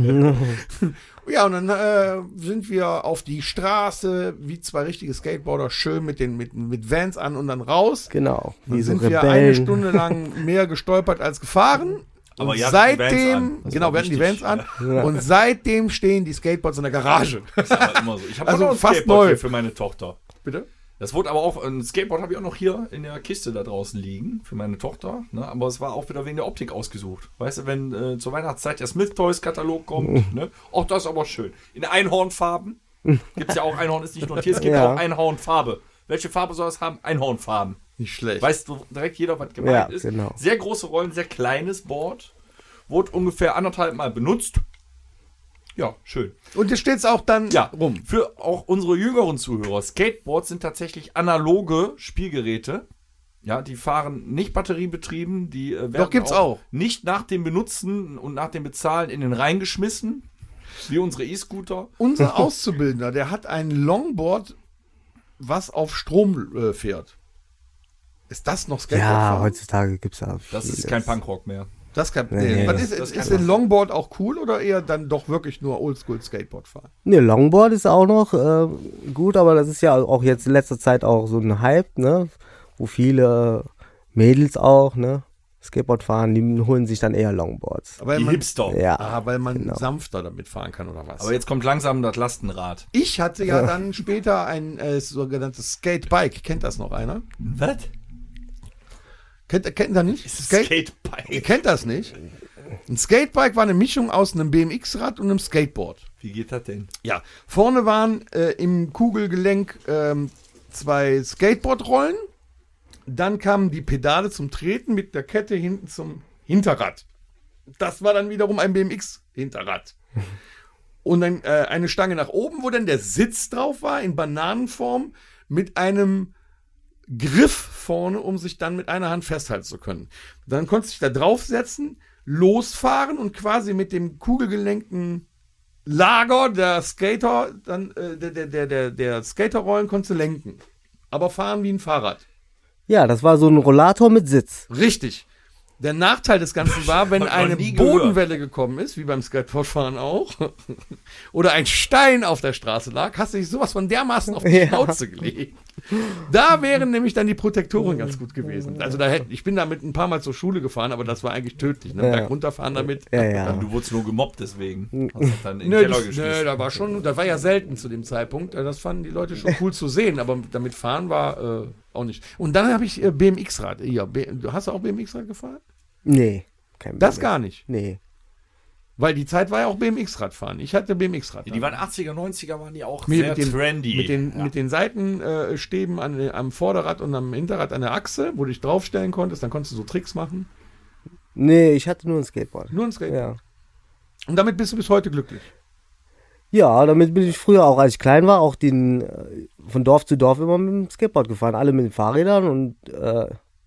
ja, und dann äh, sind wir auf die Straße, wie zwei richtige Skateboarder, schön mit den mit, mit Vans an und dann raus.
Genau.
Dann
Wie so
sind wir eine
Rebellen.
Stunde lang mehr gestolpert als gefahren.
Aber
und
ihr hattet die Vans
seitdem,
an. Das
genau,
war
wir hatten die Vans
wichtig.
an. Und seitdem stehen die Skateboards in der Garage.
Das ist aber immer so. Ich habe
Also
auch noch ein
fast
Skateboard
neu.
hier für meine Tochter.
Bitte?
Das wurde aber auch, ein Skateboard habe ich auch noch hier in der Kiste da draußen liegen für meine Tochter. Ne? Aber es war auch wieder wegen der Optik ausgesucht. Weißt du, wenn äh, zur Weihnachtszeit der Smith Toys Katalog
Mhm.
kommt, ne? Auch das ist aber schön. In Einhornfarben. Gibt es ja auch Einhorn, ist nicht nur ein Tier, es gibt
Ja.
auch Einhornfarbe. Welche Farbe soll es haben? Einhornfarben.
Nicht schlecht.
Weiß du direkt jeder, was gemeint
Ja,
ist.
genau.
Sehr große Rollen, sehr kleines Board. Wurde ungefähr anderthalb Mal benutzt. Ja, schön.
Und da steht's auch dann
Ja,
rum.
Für auch unsere jüngeren Zuhörer. Skateboards sind tatsächlich analoge Spielgeräte. Ja, die fahren nicht batteriebetrieben, die äh, werden
Doch, gibt's auch.
nicht nach dem Benutzen und nach dem Bezahlen in den Rhein geschmissen, wie unsere E-Scooter.
Unser Auszubildender, der hat ein Longboard, was auf Strom äh, fährt. Ist das noch Skateboard?
Ja,
fahren?
heutzutage gibt es da.
Das ist
vieles.
kein Punkrock mehr.
Das kann.
Nee,
Nee,
nee,
Was
nee.
ist,
Das kann
ist denn Longboard auch cool oder eher dann doch wirklich nur Oldschool Skateboard fahren?
Ne, Longboard ist auch noch äh, gut, aber das ist ja auch jetzt in letzter Zeit auch so ein Hype, ne? Wo viele Mädels auch, ne? Skateboard fahren, die holen sich dann eher Longboards.
Weil
Die
man,
Hipster.
Ja. genau.
Ah, weil man sanfter damit fahren kann oder was?
Aber jetzt kommt langsam das Lastenrad.
ich hatte ja dann später ein äh, sogenanntes Skatebike. Kennt das noch einer?
Was?
Kennt, kennt da nicht? Ihr
Skatebike.
kennt das nicht? Ein Skatebike war eine Mischung aus einem BMX-Rad und einem Skateboard.
Wie geht das denn?
Ja, vorne waren äh, im Kugelgelenk ähm, zwei Skateboardrollen. Dann kamen die Pedale zum Treten mit der Kette hinten zum Hinterrad. Das war dann wiederum ein BMX-Hinterrad. Und dann äh, eine Stange nach oben, wo dann der Sitz drauf war, in Bananenform, mit einem Griff vorne, um sich dann mit einer Hand festhalten zu können. Dann konnte sich da draufsetzen, losfahren und quasi mit dem kugelgelenkten Lager der Skater, dann äh, der, der, der, der, der Skaterrollen konntest du lenken. Aber fahren wie ein Fahrrad.
Ja, das war so ein Rollator mit Sitz.
Richtig. Der Nachteil des Ganzen war, wenn
Hab ich
eine
noch nie gehört.
Bodenwelle gekommen ist, wie beim Skateboardfahren auch, oder ein Stein auf der Straße lag, hast du dich sowas von dermaßen auf die
Ja.
Schnauze gelegt. Da wären nämlich dann die Protektoren ganz gut gewesen. Also da hätte, ich bin damit ein paar Mal zur Schule gefahren, aber das war eigentlich tödlich. Ne?
Ja.
Berg runterfahren damit.
Ja, ja.
Du wurdest nur gemobbt deswegen. Hast das dann in
Nö,
den Keller
das, nö,
geschmissen.
da war schon, das war ja selten zu dem Zeitpunkt. Äh, Das fanden die Leute schon cool zu sehen, aber damit fahren war äh, auch nicht. Und dann habe ich äh, BMX-Rad. Ja, B, du hast du auch BMX-Rad gefahren?
Nee, kein
Das
BMX.
gar nicht.
Nee.
Weil die Zeit war ja auch BMX-Rad fahren. Ich hatte BMX-Rad.
Ja, die waren 80er, 90er, waren die auch
mit,
sehr
mit den,
trendy.
Mit den,
ja.
mit den Seitenstäben äh, an, am Vorderrad und am Hinterrad an der Achse, wo du dich draufstellen konntest. Dann konntest du so Tricks machen.
Nee, ich hatte nur ein Skateboard.
Nur ein Skate.
Ja.
Und damit bist du bis heute glücklich.
Ja, damit bin ich früher auch, als ich klein war, auch den äh, von Dorf zu Dorf immer mit dem Skateboard gefahren. Alle mit den Fahrrädern und äh,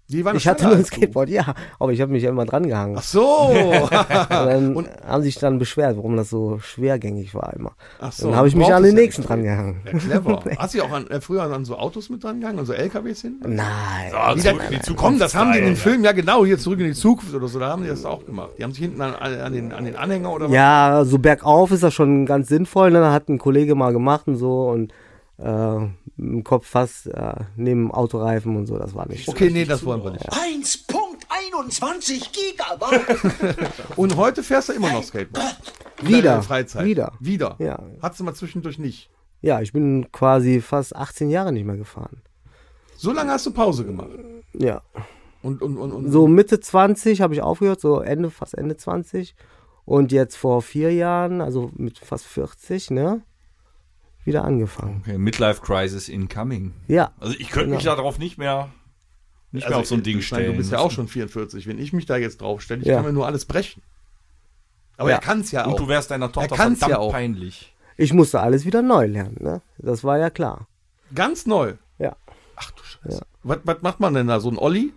Die waren
ich hatte
schneller
nur ein
als du.
Skateboard, ja. Aber ich habe mich ja immer dran gehangen.
Ach so.
Und dann
Und-
haben sich dann beschwert, warum das so schwergängig war immer.
Ach so,
dann habe ich
du
mich an
brauchtest
den
ja
nächsten
nicht
dran gehangen.
Ja, clever. Hast du dich auch an, äh, früher an so Autos mit dran gegangen, an so LKWs hin?
Nein.
Ah,
Also
Wieder,
zurück in die Zukunft. ne?
komm, das haben die in den
Style,
Filmen, ja genau, hier zurück in die Zukunft oder so, da haben die das auch gemacht. Die haben sich hinten an, an, den, an den Anhänger oder was?
Ja, so Also bergauf ist das schon ganz sinnvoll. Ne? Hat ein Kollege mal gemacht und so und äh, im Kopf fast äh, neben dem Autoreifen und so. Das war nicht
Okay, nee, das wollen wir nicht.
1.21 Gigabyte.
Und heute fährst du immer noch Skateboard.
so. Wieder.
In Freizeit.
Wieder.
Wieder.
Ja.
Hattest du mal zwischendurch nicht.
Ja, ich bin quasi fast 18 Jahre nicht mehr gefahren.
So lange hast du Pause gemacht.
Ja.
Und, und, und, und
So Mitte 20 habe ich aufgehört, so Ende, fast Ende 20. Und jetzt vor vier Jahren, also mit fast 40, ne? Wieder angefangen.
Okay, Midlife Crisis incoming.
Ja.
Also ich könnte mich
Genau.
darauf nicht mehr, nicht
Also,
mehr auf so ein Ding
ich meine,
stellen.
Du bist ja auch schon 44. Wenn ich mich da jetzt draufstelle, ich
Ja.
kann mir nur alles brechen. Aber
Ja.
er kann es ja auch.
Und du wärst deiner Tochter
Er kann's
verdammt
ja auch.
peinlich.
Ich musste alles wieder neu lernen, ne? Das war ja klar.
Ganz neu.
Ja.
Ach du Scheiße. Was, was macht man denn da? So ein Olli?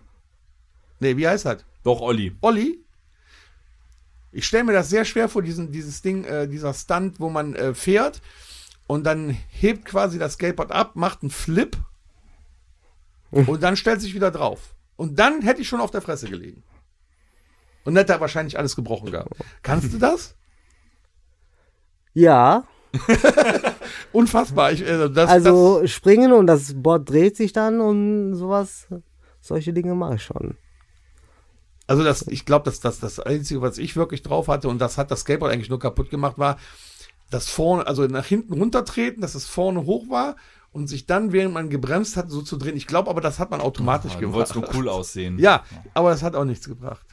Nee, wie heißt das?
Doch, Olli.
Olli? Ich stelle mir das sehr schwer vor, diesen, dieses Ding, äh, dieser Stunt, wo man äh, fährt und dann hebt quasi das Skateboard ab, macht einen Flip und dann stellt sich wieder drauf. Und dann hätte ich schon auf der Fresse gelegen. Und hätte da wahrscheinlich alles gebrochen gehabt. Kannst du das?
Ja,
Unfassbar. Ich, äh, das,
also springen und das Board dreht sich dann und sowas. Solche Dinge mache ich schon.
Also das, ich glaube, dass das, das Einzige, was ich wirklich drauf hatte, und das hat das Skateboard eigentlich nur kaputt gemacht, war, dass vorne, also nach hinten runtertreten, dass es vorne hoch war und sich dann, während man gebremst hat, so zu drehen. Ich glaube aber, das hat man automatisch
Ah, Du
gemacht.
wolltest nur cool aussehen.
Ja, aber das hat auch nichts gebracht.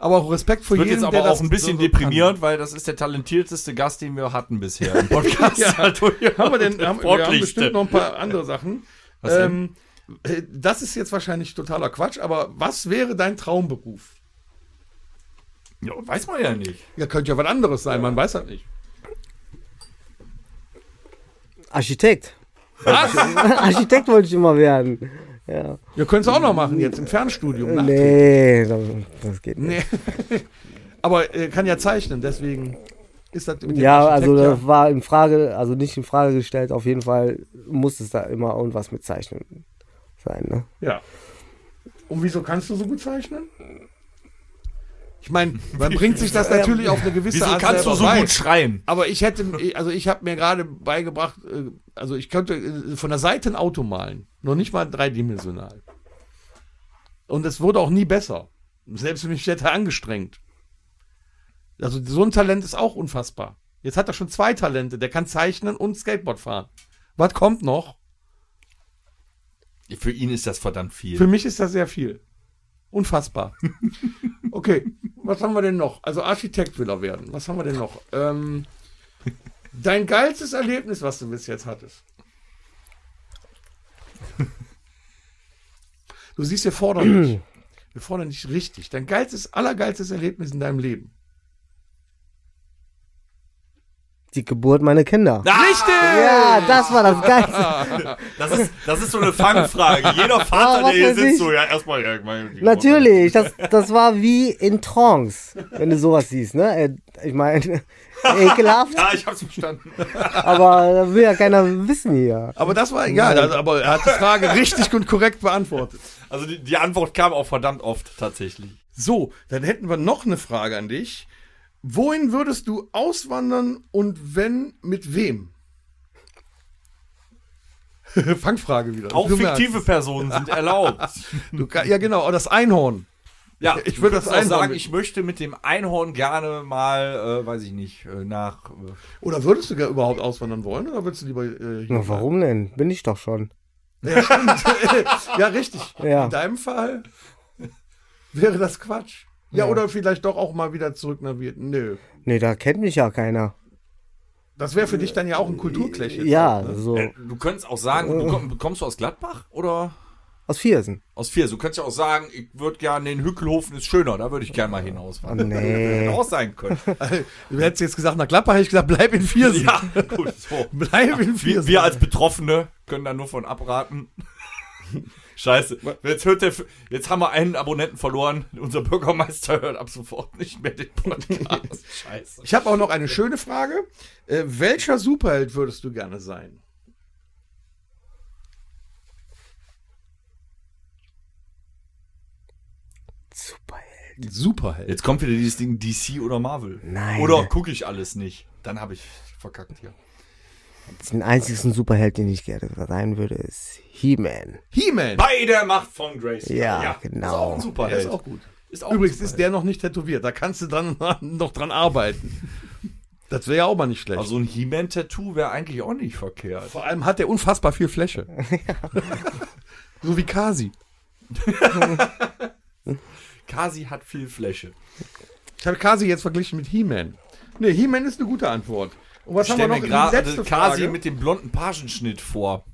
Aber auch Respekt vor
Wird
jedem,
jetzt
der
aber auch
das
ein bisschen
so- so kann.
deprimierend, weil das ist der talentierteste Gast, den wir hatten bisher im Podcast.
Ja.
Also, ja,
Haben wir denn,
der
haben, wir haben
sportlichste.
bestimmt noch ein paar andere Sachen.
Was denn?
Ähm, äh, das ist jetzt wahrscheinlich totaler Quatsch, aber was wäre dein Traumberuf?
Ja, weiß man ja nicht.
Ja, könnte ja was anderes sein, man weiß das nicht.
Architekt. Architekt wollte ich immer werden. Ja.
Ihr könnt es auch noch machen jetzt im Fernstudium. ne? nach-
Nee, das, das geht nicht.
Nee. aber äh, kann ja zeichnen, deswegen ist das mit dem
Ja, also
Architekt
das war in Frage, also nicht in Frage gestellt, auf jeden Fall muss es da immer irgendwas mit Zeichnen sein, ne?
äh,
ja. ja. Und wieso kannst du so gut zeichnen? Ich meine, man bringt sich das natürlich auf eine gewisse
Ähm, Wieso
Art
kannst du
selber
so
bei.
gut schreien?
Aber ich hätte, also ich habe mir gerade beigebracht, äh, also ich könnte äh, von der Seite ein Auto malen. Noch nicht mal dreidimensional. Und es wurde auch nie besser. Selbst wenn ich hätte angestrengt. Also so ein Talent ist auch unfassbar. Jetzt hat er schon zwei Talente. Der kann zeichnen und Skateboard fahren. Was kommt noch?
Für ihn ist das verdammt viel.
Für mich ist das sehr viel. Unfassbar. Okay, was haben wir denn noch? Also Architekt will er werden. Was haben wir denn noch? Ähm, dein geilstes Erlebnis, was du bis jetzt hattest. Du siehst, wir fordern dich. Wir fordern dich richtig. Dein geilstes, allergeilstes Erlebnis in deinem Leben.
Die Geburt meiner Kinder.
Ah!
Richtig!
Ja, das war das Geilste.
Das ist, das ist so eine Fangfrage. Jeder
Ah, was
Vater, der hier
weiß
sitzt,
ich.
so, ja, erstmal, ja, ich meine, die-
Natürlich, das, das war wie in Trance, wenn du sowas siehst, ne? Äh, Ich meine, ekelhaft,
Ja, ich hab's verstanden.
aber da will ja keiner wissen hier.
Aber das war egal. Also, aber er hat die Frage richtig und korrekt beantwortet.
Also die, die Antwort kam auch verdammt oft tatsächlich.
So, dann hätten wir noch eine Frage an dich. Wohin würdest du auswandern und wenn, mit wem? Fangfrage wieder.
Auch
Du merkst.
fiktive Personen sind erlaubt.
Du ka- ja, genau, aber das Einhorn.
Ja,
Ich
du
würde
kannst
das
auch
Einhorn
sagen,
mit-
ich möchte mit dem Einhorn gerne mal, äh, weiß ich nicht, äh, nach. Äh,
Oder würdest du gar überhaupt auswandern wollen oder würdest du lieber äh, hier
Na, warum denn? Bin ich doch schon.
bleiben? Ja, richtig.
Ja.
In deinem Fall wäre das Quatsch. Ja, oder vielleicht doch auch mal wieder zurück nach Vietnam. Nö.
Nee, da kennt mich ja keiner.
Das wäre für dich dann ja auch ein Kulturclash. jetzt
Ja,
auch, ne?
so.
du könntest auch sagen, du komm, kommst du aus Gladbach oder
Aus Viersen.
aus Viers? Du könntest ja auch sagen, ich würde gerne den Hückelhofen ist schöner, da würde ich gerne mal hinausfahren.
nee.
Hätte auch sein können.
Du hättest jetzt gesagt, nach Gladbach hätte ich gesagt, bleib in Viersen.
ja, gut, so.
Bleib in
Wir,
Viersen.
wir als Betroffene können da nur von abraten. Scheiße. Jetzt, hört der, jetzt haben wir einen Abonnenten verloren. Unser Bürgermeister hört ab sofort nicht mehr den Podcast. Scheiße.
Ich habe auch noch eine schöne Frage. Äh, welcher Superheld würdest du gerne sein?
Superheld.
Superheld.
Jetzt kommt wieder dieses Ding DC oder Marvel.
Nein.
Oder gucke ich alles nicht. Dann habe ich verkackt hier.
Den einzigen Superheld, den ich gerne sein würde, ist He-Man.
He-Man.
Bei der Macht von Grace.
Ja,
Ist auch ein
genau.
Superheld.
Der ist auch gut.
Ist auch
Übrigens
ein
ist der noch nicht tätowiert. Da kannst du dann noch dran arbeiten. Das wäre ja auch mal nicht schlecht.
Also ein He-Man-Tattoo wäre eigentlich auch nicht verkehrt.
Vor allem hat der unfassbar viel Fläche. so wie Kasi.
Kasi hat viel Fläche.
Ich habe Kasi jetzt verglichen mit He-Man. Ne, He-Man ist eine gute Antwort. Und was
Ich
haben wir
stelle
noch?
mir
Die
gerade
letzte Frage.
Kasi mit dem blonden Pagenschnitt vor.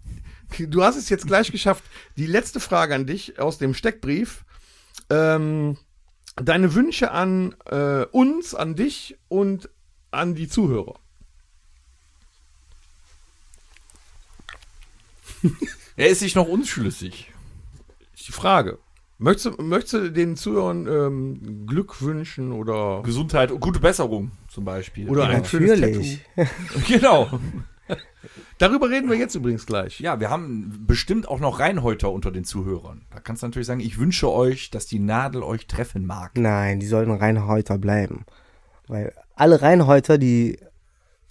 Du hast es jetzt gleich geschafft. Die letzte Frage an dich aus dem Steckbrief. Ähm, deine Wünsche an äh, uns, an dich und an die Zuhörer.
Er ist sich noch unschlüssig.
Ist die Frage. Möchtest du, möchtest du den Zuhörern ähm, Glück wünschen oder,
Gesundheit und gute Besserung zum Beispiel.
oder ein schönes Tattoo?
Natürlich.
genau.
Darüber reden wir jetzt übrigens gleich.
Ja, wir haben bestimmt auch noch Reinhäuter unter den Zuhörern. Da kannst du natürlich sagen, ich wünsche euch, dass die Nadel euch treffen mag.
Nein, die sollten Reinhäuter bleiben. Weil alle Reinhäuter, die.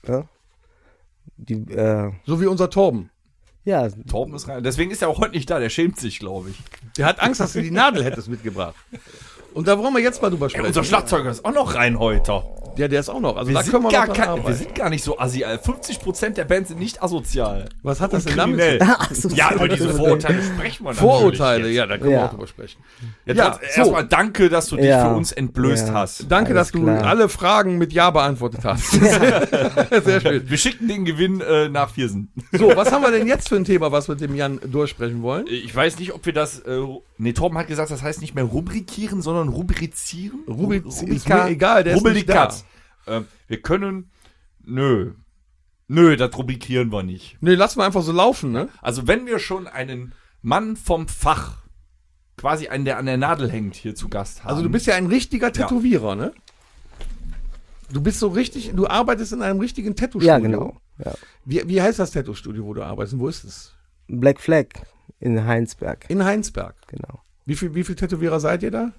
Ne? Die, äh,
So wie unser Torben.
ja,
Torben ist rein. Deswegen ist er auch heute nicht da, der schämt sich, glaube ich.
Der hat Angst, dass du die Nadel hättest mitgebracht. Und da wollen wir jetzt mal drüber sprechen.
Äh, Unser Schlagzeuger ist auch noch Reinhäuter.
Ja, der ist auch noch. Also
Wir,
da können
sind
wir
gar
noch dran
kein, wir
arbeiten.
sind gar nicht so asozial. 50% der Bands sind nicht asozial.
Was hat das denn damit zu
Kriminell.
tun?
Ach so,
Ja, über diese
sorry.
Vorurteile sprechen wir natürlich
Vorurteile,
jetzt.
ja, da können wir
Ja.
auch drüber sprechen.
Ja,
Ja,
trotz-
so.
erstmal danke, dass du dich
Ja.
für uns entblößt
Ja.
hast.
Danke,
Alles
dass du
klar.
alle Fragen mit Ja beantwortet hast. Sehr schön.
Wir schicken den Gewinn äh, nach Viersen.
So, was haben wir denn jetzt für ein Thema, was wir mit dem Jan durchsprechen wollen?
Äh, Ich weiß nicht, ob wir das. Äh, nee, Torben hat gesagt, das heißt nicht mehr rubrikieren, sondern rubrizieren.
Rubriz-
Rubri-
ist mir egal, der ist nicht
Rubrikat. Ähm, wir können. Nö. Nö, das rubrikieren wir nicht.
Nee, lassen wir einfach so laufen, ne?
Also, wenn wir schon einen Mann vom Fach, quasi einen, der an der Nadel hängt, hier zu Gast haben.
Also du bist ja ein richtiger Tätowierer, ne? Du bist so richtig, du arbeitest in einem richtigen Tattoo-Studio.
Ja, genau. Ja.
Wie, wie heißt das Tattoo-Studio, wo du arbeitest? und Wo ist es?
Black Flag in Heinsberg,
In Heinsberg.
genau.
Wie viel, wie viel Tätowierer seid ihr da?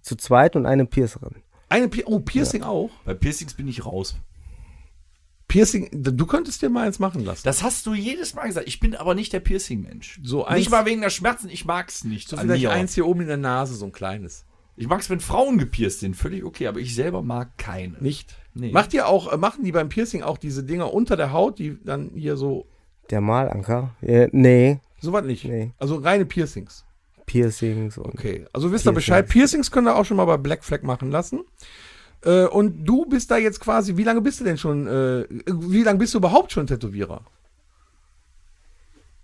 Zu zweit und eine Piercerin.
Eine Pi oh, Piercing auch?
Bei Piercings bin ich raus.
Piercing, du könntest dir mal eins machen lassen.
Das hast du jedes Mal gesagt. Ich bin aber nicht der Piercing-Mensch.
So eins-
nicht mal wegen der Schmerzen. Ich mag's nicht.
So
an
vielleicht
mir.
eins hier oben in der Nase, so ein kleines.
Ich mag's, wenn Frauen gepierst sind. Völlig okay. Aber ich selber mag keine.
Nicht?
Nee.
Macht ihr auch, äh, machen die beim Piercing auch diese Dinger unter der Haut, die dann hier so,
Der Malanker? Äh, nee,
sowas nicht?
Nee.
Also reine Piercings.
Piercings und
Okay, also wisst ihr Bescheid. Piercings könnt ihr auch schon mal bei Black Flag machen lassen. Äh, und du bist da jetzt quasi, wie lange bist du denn schon, äh, wie lange bist du überhaupt schon Tätowierer?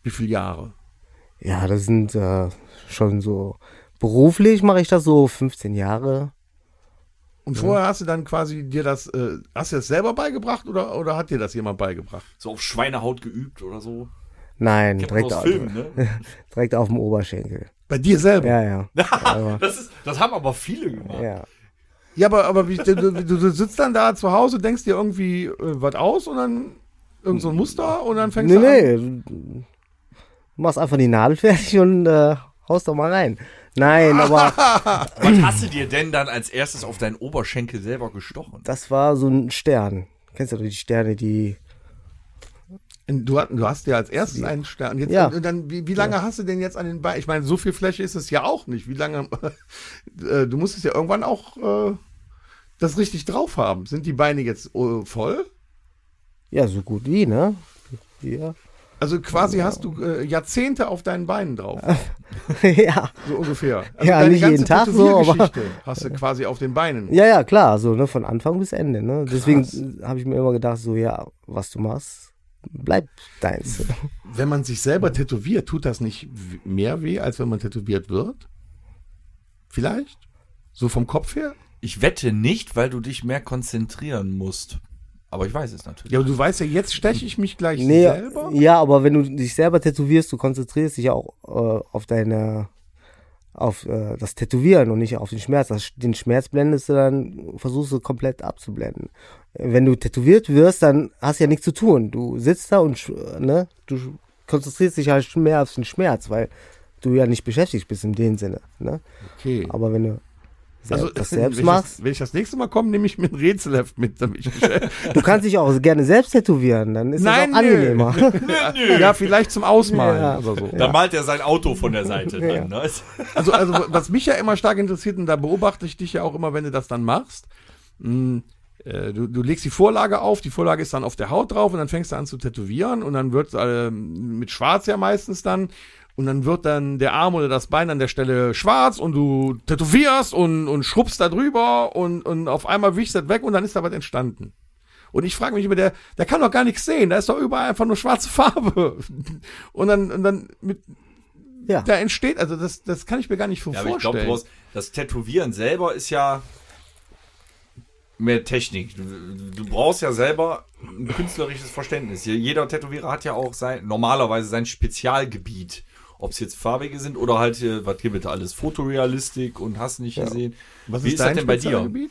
Wie viele Jahre?
Ja, das sind äh, schon so. Beruflich mache ich das so 15 Jahre.
Und vorher hast du dann quasi dir das, äh, hast du das selber beigebracht oder, oder hat dir das jemand beigebracht?
So auf Schweinehaut geübt oder so.
Nein,
Kennt man
direkt,
aus
au-
Filmen, ne?
direkt auf dem Oberschenkel.
Bei dir selber?
Ja, ja.
das, ist, das haben aber viele gemacht.
ja.
Ja, aber, aber wie, du, du, du sitzt dann da zu Hause, denkst dir irgendwie äh, was aus und dann irgend so ein Muster und dann fängst
Nee,
du an.
nee. Du machst einfach die Nadel fertig und äh, haust doch mal rein. Nein, aber
Was hast du dir denn dann als erstes auf deinen Oberschenkel selber gestochen?
das war so ein Stern. Kennst du doch die Sterne, die.
Du, hast- du hast ja als erstes einen Stern. Jetzt,
Ja.
Und dann, wie, wie lange hast du denn jetzt an den Beinen? Ich meine, so viel Fläche ist es ja auch nicht. Wie lange? Äh, du musst es ja irgendwann auch äh, das richtig drauf haben. Sind die Beine jetzt äh, voll?
Ja, so gut wie, ne? Ja.
Also quasi hast du äh, Jahrzehnte auf deinen Beinen drauf,
ja.
so ungefähr. Also
Ja,
deine
nicht
ganze
jeden Tag so, aber-
Tätowiergeschichte hast du quasi auf den Beinen.
Ja, ja, klar, so, ne, von Anfang bis Ende, ne? Deswegen habe ich mir immer gedacht, so, ja, was du machst, bleibt deins.
Wenn man sich selber tätowiert, tut das nicht w- mehr weh, als wenn man tätowiert wird? Vielleicht? So vom Kopf her?
Ich wette nicht, weil du dich mehr konzentrieren musst. Aber ich weiß es natürlich.
Ja, aber du weißt ja, jetzt steche ich mich gleich
Nee,
selber.
ja, aber wenn du dich selber tätowierst, du konzentrierst dich ja auch äh, auf deine, auf äh, das Tätowieren und nicht auf den Schmerz. Das, den Schmerz blendest du dann, versuchst du komplett abzublenden. Äh, Wenn du tätowiert wirst, dann hast du ja nichts zu tun. Du sitzt da und, sch- äh, ne, du sch- konzentrierst dich halt schon mehr auf den Schmerz, weil du ja nicht beschäftigt bist in dem Sinne, ne?
Okay. Also,
Aber wenn du sel- das selbst
wenn Ich
machst,
das, wenn ich das nächste Mal komme, nehme ich mir ein Rätselheft mit, damit ich beschäftigt-
du kannst dich auch gerne selbst tätowieren, dann ist
Nein,
das auch
nö.
angenehmer.
Ja, vielleicht zum Ausmalen
Ja.
oder so.
Da malt er sein Auto von der Seite
Ja.
dann. Ne?
Also, also, was mich ja immer stark interessiert, und da beobachte ich dich ja auch immer, wenn du das dann machst, mh, äh, du, du legst die Vorlage auf, die Vorlage ist dann auf der Haut drauf und dann fängst du an zu tätowieren und dann wird ähm, mit Schwarz ja meistens dann und dann wird dann der Arm oder das Bein an der Stelle schwarz und du tätowierst und, und schrubbst da drüber und, und auf einmal wischst das weg und dann ist da was entstanden. Und ich frage mich über der, der kann doch gar nichts sehen, da ist doch überall einfach nur schwarze Farbe. Und dann, und dann mit,
Ja.
da entsteht, also das, das kann ich mir gar nicht vor
Ja, aber ich glaube
vorstellen.
bloß, das Tätowieren selber ist ja mehr Technik. Du, du brauchst ja selber ein künstlerisches Verständnis. Jeder Tätowierer hat ja auch sein, normalerweise sein Spezialgebiet. Ob es jetzt farbige sind oder halt, äh, was gibt es da alles? Fotorealistik und hast nicht gesehen.
Was
Wie ist, das denn bei dir?
Spezialgebiet?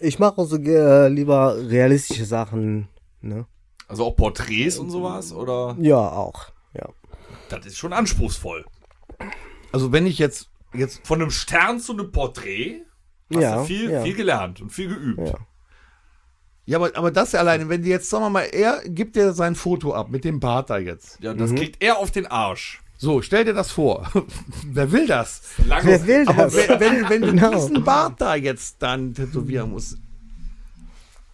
Ich mache auch so äh, lieber realistische Sachen, ne?
Also auch Porträts und sowas? Oder?
Ja, auch. Ja.
Das ist schon anspruchsvoll.
Also wenn ich jetzt, jetzt
Von einem Stern zu einem Porträt hast
ja,
du viel,
ja.
viel gelernt und viel geübt.
Ja.
ja, aber, aber das alleine, wenn die jetzt, sagen wir mal, er gibt dir sein Foto ab mit dem Bart da jetzt.
Ja,
Mhm.
das kriegt er auf den Arsch.
So, stell dir das vor. wer will das?
Lange
Wer will
Aber
das?
wenn, wenn, wenn du
Genau.
diesen Bart da jetzt dann tätowieren musst,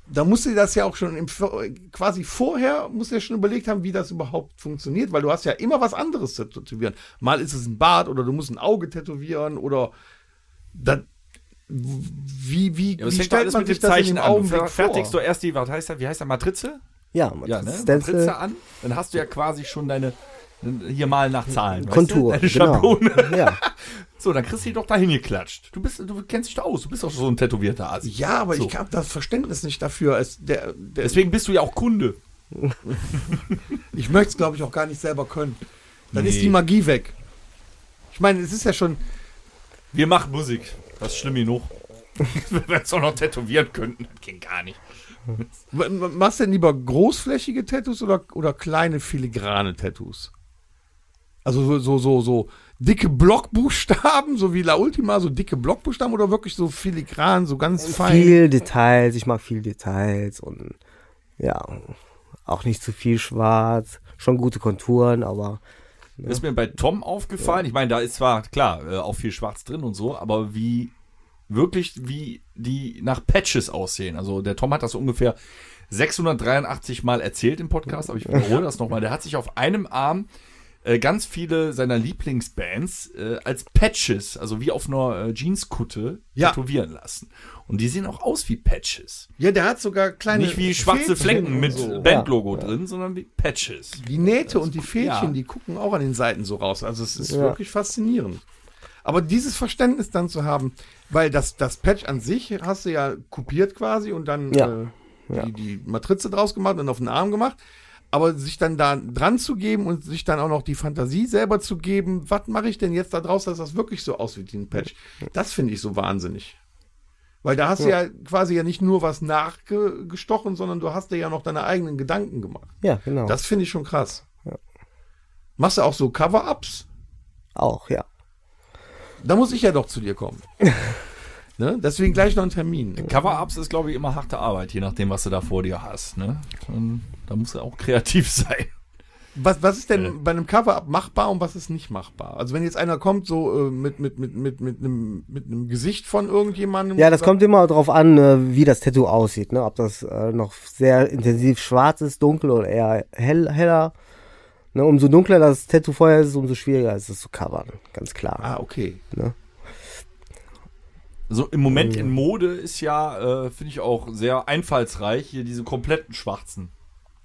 da musste das ja auch schon im, Vor- quasi vorher, musst du ja schon überlegt haben, wie das überhaupt funktioniert, weil du hast ja immer was anderes zu tätowieren. Mal ist es ein Bart oder du musst ein Auge tätowieren oder da, wie, wie,
Ja, aber
wie
es hängt doch alles mit dem
das in
Zeichen
dem
an.
Augenblick
Fer- Fertigst du
vor?
erst die, was heißt das, wie heißt das, Matrize?
Ja,
Ja, ne?
das Stencil,
Matrize an, dann hast du ja quasi schon deine, hier mal nach Zahlen, weißt
Kontur. genau.
du? Deine Schablone.
Ja.
So, dann kriegst du die doch dahin geklatscht. Du, bist, du kennst dich doch aus, du bist doch so ein tätowierter Asi.
Ja, aber
So.
ich habe das Verständnis nicht dafür. Es, der, der,
Deswegen bist du ja auch Kunde.
Ich möchte es, glaube ich, auch gar nicht selber können. Dann
Nee.
ist die Magie weg. Ich meine, es ist ja schon.
Wir machen Musik. Das ist schlimm genug. Wenn wir jetzt auch noch tätowieren könnten, das ging gar nicht.
w- w- Machst du denn lieber großflächige Tattoos oder, oder kleine filigrane Tattoos? Also so, so, so, so dicke Blockbuchstaben, so wie La Ultima, so dicke Blockbuchstaben oder wirklich so filigran, so ganz fein?
Viel Details, ich mag viel Details und ja, auch nicht zu viel schwarz, schon gute Konturen, aber
Das ist mir bei Tom aufgefallen. Ich meine, da ist zwar, klar, äh, auch viel schwarz drin und so, aber wie wirklich, wie die nach Patches aussehen. Also der Tom hat das ungefähr 683 Mal erzählt im Podcast, aber ich wiederhole das nochmal. Der hat sich auf einem Arm äh, ganz viele seiner Lieblingsbands äh, als Patches, also wie auf einer äh, Jeanskutte,
Ja.
tätowieren lassen. Und die sehen auch aus wie Patches.
Ja, der hat sogar kleine.
Nicht wie
Fädchen
schwarze Flecken
und
mit
so.
Bandlogo drin, sondern wie Patches.
Äh,
Die Nähte und die Fädchen,
ja.
die gucken auch an den Seiten so raus. Also es ist
Ja.
wirklich faszinierend. Aber dieses Verständnis dann zu haben, weil das, das Patch an sich hast du ja kopiert quasi und dann
Ja.
äh, Die, die Matrize draus gemacht und auf den Arm gemacht. Aber sich dann da dran zu geben und sich dann auch noch die Fantasie selber zu geben, was mache ich denn jetzt da draus, dass das wirklich so aussieht wie ein Patch? Das finde ich so wahnsinnig. Weil da hast du ja quasi ja nicht nur was nachgestochen, sondern du hast dir ja noch deine eigenen Gedanken gemacht.
ja, genau.
Das finde ich schon krass. Machst du auch so Cover-Ups?
auch, ja.
Da muss ich ja doch zu dir kommen. ne? Deswegen gleich noch einen Termin.
Cover-Ups ist, glaube ich, immer harte Arbeit, je nachdem, was du da vor dir hast. Ne? Und da musst du auch kreativ sein.
Was, was ist denn bei einem Cover-Up machbar und was ist nicht machbar? Also wenn jetzt einer kommt, so äh, mit, mit, mit, mit, mit, einem, mit einem Gesicht von irgendjemandem.
Ja, das
oder-
kommt immer darauf an, äh, wie das Tattoo aussieht, ne? ob das äh, noch sehr intensiv schwarz ist, dunkel oder eher hell, heller. Ne? Umso dunkler das Tattoo vorher ist, umso schwieriger ist es zu covern, ganz klar.
Ah, okay.
Also im Moment in Mode ist ja, äh, finde ich auch sehr einfallsreich, hier diese kompletten schwarzen.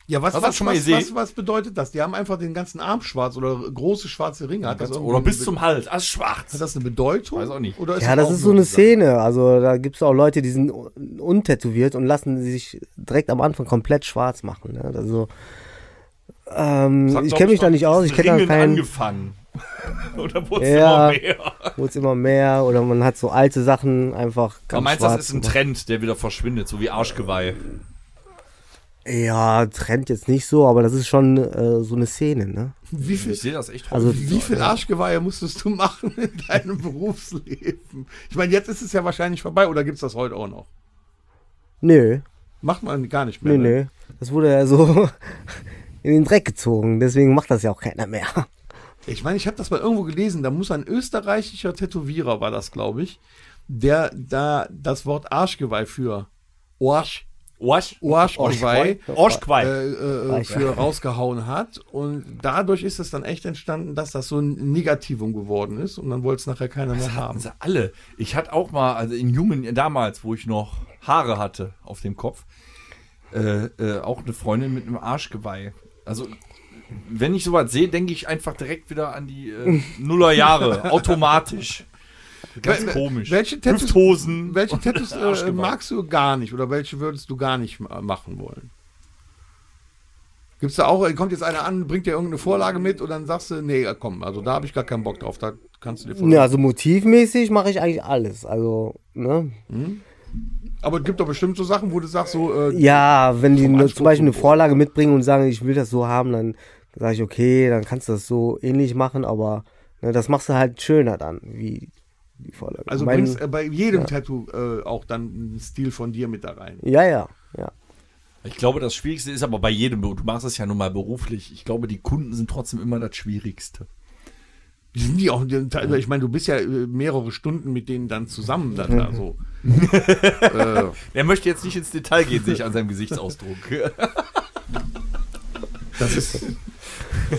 Ja, was,
Hast
was,
du
was,
schon mal
was,
gesehen?
was, bedeutet das? Die haben einfach den ganzen Arm schwarz oder große schwarze Ringe. Hat das
Oder bis
irgendwie-
zum Hals, alles schwarz.
Hat das eine Bedeutung?
Weiß auch nicht.
Oder
Ja, das ist so
nur
eine
gesagt?
Szene. Also da gibt's auch Leute, die sind un- untätowiert und lassen sich direkt am Anfang komplett schwarz machen. Ne? Also ähm, ich kenne mich da nicht aus. Ich kenne da
Ringen
keinen.
angefangen. Oder wurde
Ja.
immer mehr?
Wurde immer mehr oder man hat so alte Sachen einfach
Aber
ganz
meinst du,
schwarz.
das ist ein Trend, der wieder verschwindet, so wie Arschgeweih?
ja, Trend jetzt nicht so, aber das ist schon äh, so eine Szene. Ne?
Wie viel,
Ich sehe das echt
Also-
häufig,
Wie viel
Leute.
Arschgeweihe musstest du machen in deinem Berufsleben? Ich meine, jetzt ist es ja wahrscheinlich vorbei oder gibt es das heute auch noch?
Nö,
Macht man gar nicht
nö,
mehr. ne?
nö. Das wurde ja so in den Dreck gezogen. Deswegen macht das ja auch keiner mehr.
Ich meine, ich habe das mal irgendwo gelesen, da muss ein österreichischer Tätowierer, war das, glaube ich, der da das Wort Arschgeweih für Orsch,
Arsch-
Orschgeweih äh,
Arschgeweih.
äh, für rausgehauen hat. Und dadurch ist es dann echt entstanden, dass das so ein Negativum geworden ist und dann wollte es nachher keiner mehr haben.
Haben sie Also alle. Ich hatte auch mal, also in jungen, damals, wo ich noch Haare hatte auf dem Kopf, äh, äh, auch eine Freundin mit einem Arschgeweih. Also, wenn ich sowas sehe, denke ich einfach direkt wieder an die äh, Nullerjahre, automatisch. Ganz
Wel-
komisch.
welche Tattoos-
Hüfthosen.
Welche Tattoos äh,
Arschgeweih.
magst du gar nicht oder welche würdest du gar nicht ma- machen wollen? Gibt's da auch, äh, kommt jetzt einer an, bringt dir irgendeine Vorlage mit und dann sagst du, nee, äh, komm, also da habe ich gar keinen Bock drauf, da kannst du dir vorstellen.
Ja, also motivmäßig mache ich eigentlich alles. Also, ne?
Aber es gibt doch bestimmt so Sachen, wo du sagst, so, äh,
Ja, wenn die
Vom
ne,
Anspruch
zum Beispiel eine
zum-
Vorlage mitbringen und sagen, ich will das so haben, dann sage ich, okay, dann kannst du das so ähnlich machen, aber ne, das machst du halt schöner dann, wie die Vorlage.
also
Mein-
bringst äh, bei jedem Tattoo äh, auch dann einen Stil von dir mit da rein.
ja, ja, ja.
Ich glaube, das Schwierigste ist aber bei jedem, Beruf- du machst es ja nun mal beruflich. Ich glaube, die Kunden sind trotzdem immer das Schwierigste.
Die sind die auch, die- also ich meine, du bist ja äh, mehrere Stunden mit denen dann zusammen dann
Mhm.
da so. äh,
Er möchte jetzt nicht ins Detail gehen, sehe ich an seinem Gesichtsausdruck.
das ist.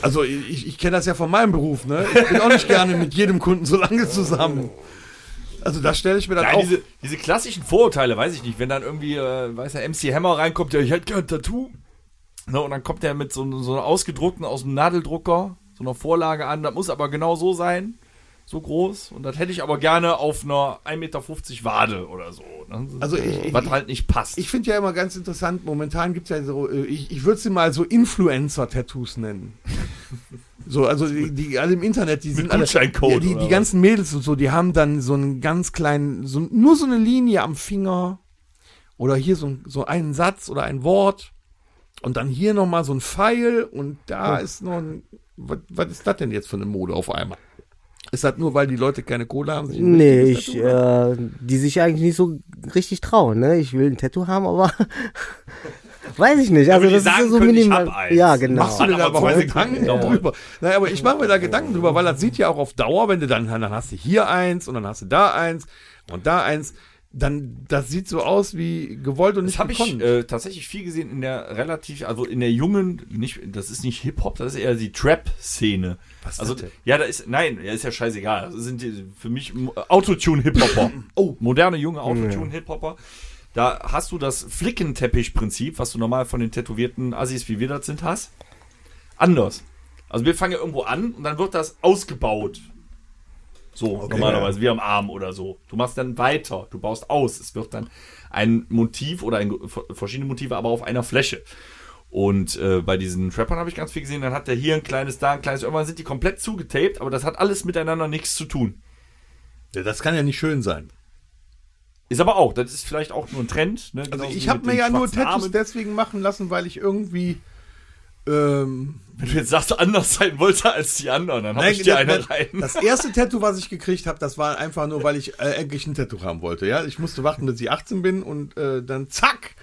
Also ich, ich kenne das ja von meinem Beruf, ne? Ich bin auch nicht gerne mit jedem Kunden so lange zusammen. Also da stelle ich mir dann
Nein,
auch.
diese, diese klassischen Vorurteile, weiß ich nicht, wenn dann irgendwie, äh, weiß der MC Hammer reinkommt, ja, ich hätte gern ein Tattoo. Ne, und dann kommt der mit so, so einer ausgedruckten aus dem Nadeldrucker, so einer Vorlage an, das muss aber genau so sein, so groß. Und das hätte ich aber gerne auf einer 1,50 Meter Wade oder so. Ne?
Also ich- ich-
was halt nicht passt.
Ich finde ja immer ganz interessant, momentan gibt es ja so, äh, ich, ich würde sie mal so Influencer-Tattoos nennen. So, also die, die alle im Internet, die sind alle,
Gutscheincode
ja, die,
oder
die
was?
ganzen Mädels und so, die haben dann so einen ganz kleinen, so, nur so eine Linie am Finger oder hier so, ein- so einen Satz oder ein Wort und dann hier nochmal so ein Pfeil und da ist noch ein, was, was ist das denn jetzt für eine Mode auf einmal? Ist das nur, weil die Leute keine Kohle haben? sich ein
Nee,
richtiges
ich,
Tattoo machen?
äh, die sich eigentlich nicht so richtig trauen, ne? Ich will ein Tattoo haben, aber weiß ich nicht. Also
die
das ist
sagen
ja so
können, ich
minimal.
hab eins.
Ja, genau.
Machst du dir
Aber
da aber
zwei
heute
Sekunden
Gedanken
dauert.
drüber? Naja, aber ich mache mir da Gedanken drüber, weil das sieht ja auch auf Dauer, wenn du dann, dann hast du hier eins und dann hast du da eins und da eins, dann das sieht so aus wie gewollt und
Das
nicht
habe ich
gekonnt.
äh, tatsächlich viel gesehen in der relativ, also in der jungen, nicht, das ist nicht Hip-Hop, das ist eher die Trap-Szene.
Was
also,
ist das denn?
ja, da ist, nein, ja, ist ja scheißegal. Das sind die, für mich M- Autotune-Hip-Hopper. oh, moderne junge Autotune-Hip-Hopper. Da hast du das Flickenteppich-Prinzip, was du normal von den tätowierten Assis, wie wir das sind, hast. Anders. Also wir fangen ja irgendwo an und dann wird das ausgebaut. So, normalerweise, wie am Arm oder so. Du machst dann weiter, du baust aus. Es wird dann ein Motiv oder ein, verschiedene Motive, aber auf einer Fläche. Und äh, bei diesen Trappern habe ich ganz viel gesehen. Dann hat der hier ein kleines, da ein kleines. Irgendwann sind die komplett zugetaped, aber das hat alles miteinander nichts zu tun.
Ja, das kann ja nicht schön sein.
Ist aber auch, das ist vielleicht auch nur ein Trend. Ne?
Also
Genauso
ich
wie
habe
mit
mir
den
ja nur
schwarzen
Tattoos
Armen.
deswegen machen lassen, weil ich irgendwie ähm,
Wenn du jetzt sagst, anders sein wollte als die anderen, dann habe ich dir
Nein,
eine
das,
rein.
das erste Tattoo, was ich gekriegt habe, das war einfach nur, weil ich äh, eigentlich ein Tattoo haben wollte. Ja, ich musste warten, bis ich 18 bin und äh, dann zack.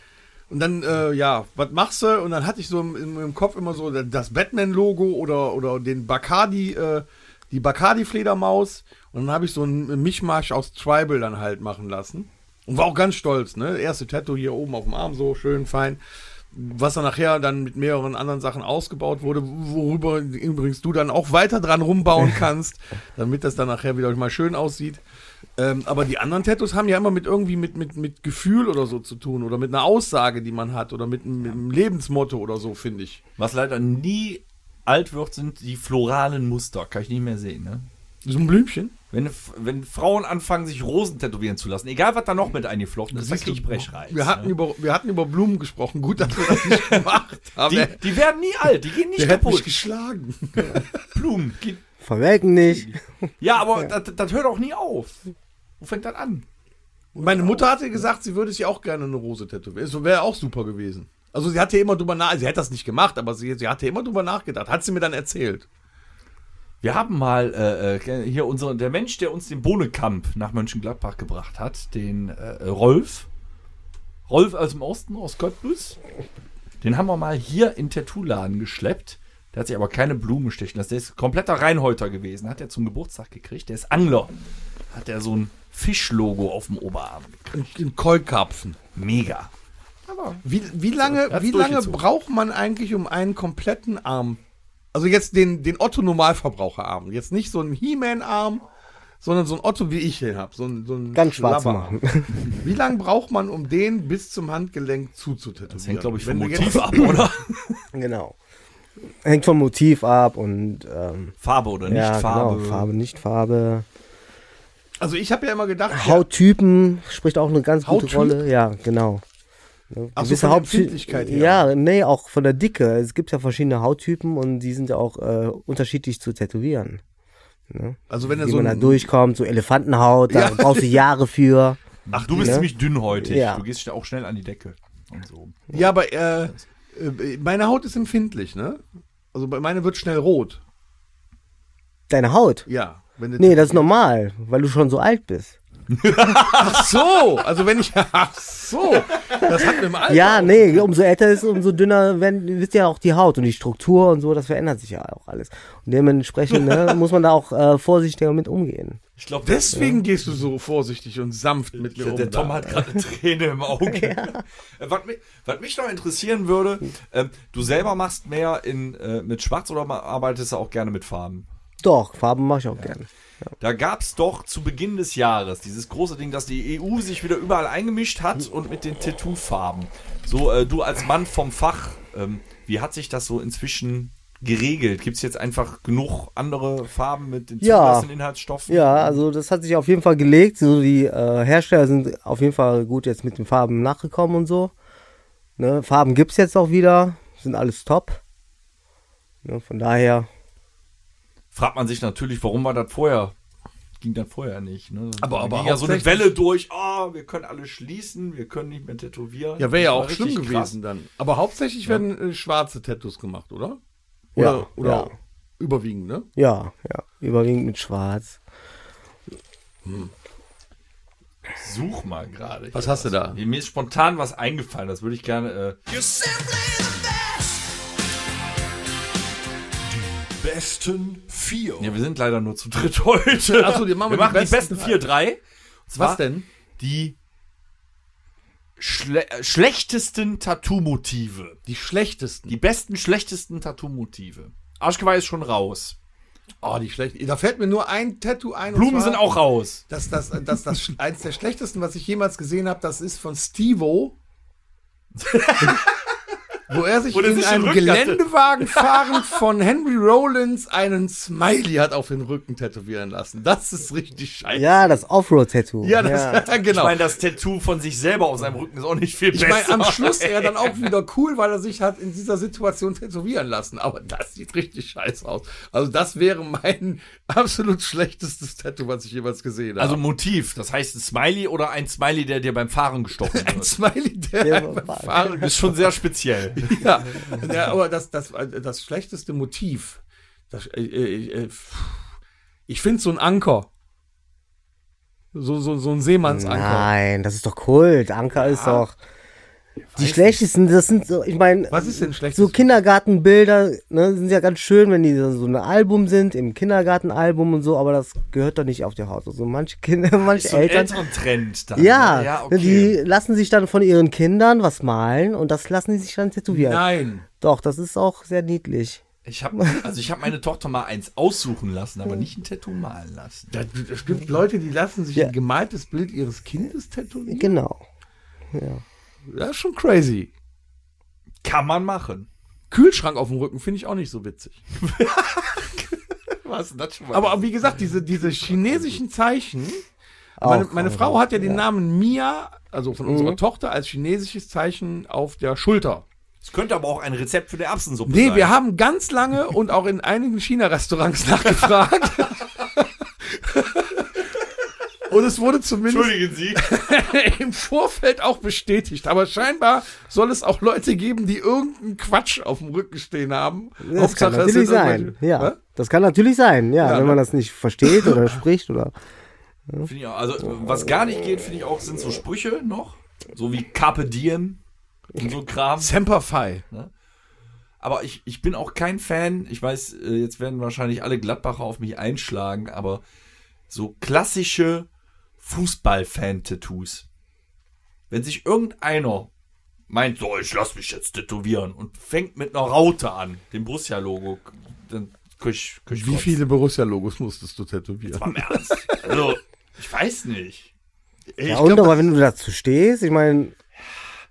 Und dann, äh, ja, was machst du? Und dann hatte ich so im, im, im Kopf immer so das Batman-Logo oder, oder den Bacardi, äh, die Bacardi-Fledermaus. Und dann habe ich so einen Mischmasch aus Tribal dann halt machen lassen. Und war auch ganz stolz, ne? Erste Tattoo hier oben auf dem Arm, so schön fein was dann nachher dann mit mehreren anderen Sachen ausgebaut wurde, worüber übrigens du dann auch weiter dran rumbauen kannst, damit das dann nachher wieder mal schön aussieht. Ähm, aber die anderen Tattoos haben ja immer mit irgendwie mit, mit, mit Gefühl oder so zu tun oder mit einer Aussage, die man hat oder mit, einem- mit einem Lebensmotto oder so, finde ich.
Was leider nie alt wird, sind die floralen Muster. Kann ich nicht mehr sehen, ne?
So ein Blümchen?
Wenn, wenn Frauen anfangen, sich Rosen tätowieren zu lassen, egal was da noch mit eingeflochten ist, dann krieg ich Brechreiz.
Wir hatten,
ne?
über, wir hatten über Blumen gesprochen. Gut, dass wir das nicht gemacht haben.
die, die werden nie alt, die gehen nicht
der hat mich
kaputt.
geschlagen.
Blumen. Geht,
Verwelken nicht.
ja, aber das, das hört auch nie auf. Wo fängt das an?
Meine Mutter hatte gesagt, sie würde sich auch gerne eine Rose tätowieren. So wäre auch super gewesen. Also sie hatte immer drüber nach, sie hätte das nicht gemacht, aber sie, sie hatte immer drüber nachgedacht. Hat sie mir dann erzählt.
Wir haben mal äh, äh, hier unseren, der Mensch, der uns den Bohnekamp nach Mönchengladbach gebracht hat, den äh, Rolf. Rolf aus dem Osten, aus Cottbus. Den haben wir mal hier in Tattoo-Laden geschleppt. Der hat sich aber keine Blumen stechen lassen. Der ist kompletter Reinhäuter gewesen. Hat er zum Geburtstag gekriegt. Der ist Angler. Hat er so ein Fischlogo auf dem Oberarm. gekriegt.
In, in Keulkarpfen.
Mega.
Wie, wie lange,
hat's
wie lange
durchgezogen.
braucht man eigentlich um einen kompletten Arm? Also jetzt den, den Otto-Normalverbraucherarm. Jetzt nicht so einen He-Man-Arm, sondern so ein Otto, wie ich den habe. So ein, so ein
Ganz schwarz
Schlabberarm.
machen.
Wie lange braucht man, um den bis zum Handgelenk zuzutätowieren?
Das hängt, glaube ich, vom
Wenn du
Motiv
jetzt-
ab, oder?
genau. Hängt vom Motiv ab und ähm,
Farbe oder nicht
ja,
Farbe.
Genau, Farbe, nicht Farbe.
Also ich habe ja immer gedacht, ja,
Hauttypen spricht auch eine ganz gute
Hauttyp?
Rolle. Ja, genau. Ne,
Ach so,
gewisse
von der
Hauptsy-
Empfindlichkeit her.
Ja, nee, auch von der Dicke. Es gibt ja verschiedene Hauttypen und die sind ja auch äh, unterschiedlich zu tätowieren.
also wenn er
Wie
so
man da
ein-
durchkommt, so Elefantenhaut, da
Ja.
brauchst du Jahre für.
Ach, du bist
ne?
ziemlich dünnhäutig.
Ja.
Du gehst ja auch schnell an die Decke. Und so.
Ja, aber äh, äh, meine Haut ist empfindlich, ne? Also bei- meine wird schnell rot.
Deine Haut.
Ja. Wenn du-
Nee, das ist normal, weil du schon so alt bist.
Ach so, also wenn ich. Ach so, das hat mit dem Alter.
Ja, nee, umso älter ist, umso dünner werden, wisst ihr auch die Haut und die Struktur und so, das verändert sich ja auch alles. Und dementsprechend ne, muss man da auch äh, vorsichtiger mit umgehen.
Ich glaube,
Deswegen gehst du so vorsichtig und sanft mit mir
Der,
um.
der Tom
da.
hat gerade eine Träne im Auge. Äh, Was, mich, was mich noch interessieren würde, ähm, du selber machst mehr in, äh, mit Schwarz oder ma- arbeitest du auch gerne mit Farben?
Doch, Farben mache ich auch gerne.
Da gab es doch zu Beginn des Jahres dieses große Ding, dass die EU sich wieder überall eingemischt hat und mit den Tattoo-Farben. So, äh, du als Mann vom Fach, ähm, wie hat sich das so inzwischen geregelt? Gibt es jetzt einfach genug andere Farben mit den
Ja.
zugelassenen Inhaltsstoffen?
Ja, also das hat sich auf jeden Fall gelegt. So die äh, Hersteller sind auf jeden Fall gut jetzt mit den Farben nachgekommen und so. Ne, Farben gibt's jetzt auch wieder, sind alles top. Ne, von daher,
fragt man sich natürlich, warum war das vorher? Ging das vorher nicht. Ne?
Aber-
Da
aber
ging ja so eine
hauptsächlich-
Welle durch. Ah, wir können alle schließen, wir können nicht mehr tätowieren.
Ja, wäre ja
Das war
auch schlimm
richtig
gewesen
krass.
dann. Aber hauptsächlich werden äh, schwarze Tattoos gemacht, oder? Oder,
Ja,
oder
ja.
überwiegend, ne?
ja, ja, überwiegend mit Schwarz.
Such mal gerade.
Was hast du da?
Mir ist spontan was eingefallen, das würde ich gerne. Äh,
Besten vier.
ja, wir sind leider nur zu dritt heute.
Ach so, die machen
wir
wir die
machen die besten
besten
vier, drei.
Was denn?
Die schle äh, schlechtesten Tattoo-Motive.
Die schlechtesten.
Die besten, schlechtesten Tattoo-Motive. Arschgeweih ist schon raus.
oh, die schlechtesten. Da fällt mir nur ein Tattoo ein. und
Blumen
zwar,
sind auch raus.
Das, das, das, das, eins der schlechtesten, was ich jemals gesehen habe, das ist von Stevo. wo er sich
Wo der
in
sich
einem
den Rücken hatte.
Geländewagen fahrend von Henry Rollins einen Smiley hat auf den Rücken tätowieren lassen. Das ist richtig scheiße.
Ja, das Offroad-Tattoo.
Ja, das, genau.
Ich meine, das Tattoo von sich selber auf seinem Rücken ist auch nicht viel
Ich
besser.
meine, am Schluss er dann auch wieder cool, weil er sich hat in dieser Situation tätowieren lassen. Aber das sieht richtig scheiße aus. Also das wäre mein absolut schlechtestes Tattoo, was ich jemals gesehen
Also
habe.
Motiv, das heißt ein Smiley oder ein Smiley, der dir beim Fahren gestochen
ein
wird.
Smiley, der
Ja,
einfach
war-
fahren
Also, Ist schon sehr speziell.
ja. ja, aber das, das, das schlechteste Motiv, das, äh, äh, äh, ich finde so ein Anker. So, so, so ein Seemannsanker.
Nein, das ist doch Kult. Anker ist doch. Die schlechtesten, das sind so, ich meine,
Was ist denn schlechtes?
so Kindergartenbilder ne, sind ja ganz schön, wenn die so ein Album sind, im Kindergartenalbum und so, aber das gehört doch nicht auf die Haut. Also manche Kinder, manche
Ist so ein
Eltern.
älteren Trend dann.
Ja,
ne? ja
ne, die lassen sich dann von ihren Kindern was malen und das lassen die sich dann tätowieren.
Nein.
Doch, das ist auch sehr niedlich.
Ich habe also ich habe meine Tochter mal eins aussuchen lassen, aber nicht ein Tattoo malen lassen.
Da- Es gibt Leute, die lassen sich
Ja.
ein gemaltes Bild ihres Kindes tätowieren.
Genau.
Das ist schon crazy.
Kann man machen.
Kühlschrank auf dem Rücken finde ich auch nicht so witzig.
Was das schon mal?
Aber wie gesagt, diese, diese chinesischen Zeichen.
Auch
Meine, meine Frau
raus,
hat ja den Namen Mia, also von
Mhm.
unserer Tochter, als chinesisches Zeichen auf der Schulter.
es könnte aber auch ein Rezept für eine Erbsensuppe sein.
Nee, wir haben ganz lange und auch in einigen China-Restaurants nachgefragt. Und es wurde zumindest
Entschuldigen Sie.
im Vorfeld auch bestätigt. Aber scheinbar soll es auch Leute geben, die irgendeinen Quatsch auf dem Rücken stehen haben.
Das kann
es
natürlich
sind
sein.
irgendwelche- ne?
Ja,
Hä?
das kann natürlich sein, ja,
Ja,
wenn man das nicht versteht oder spricht oder.
Find ich auch, also was gar nicht geht, finde ich auch sind so Sprüche noch, so wie Carpe Diem und so Kram.
Semper Fi.
Aber ich, ich bin auch kein Fan. Ich weiß, äh, jetzt werden wahrscheinlich alle Gladbacher auf mich einschlagen, aber so klassische Fußball-Fan-Tattoos. Wenn sich irgendeiner meint, so, ich lass mich jetzt tätowieren und fängt mit einer Raute an, dem Borussia-Logo, dann krieg, krieg ich
Wie
Kotz.
viele Borussia-Logos musstest du tätowieren?
Am Ernst. Also, ich weiß nicht.
Ey,
Ja,
ich
und
glaub,
aber wenn du dazu stehst, ich meine,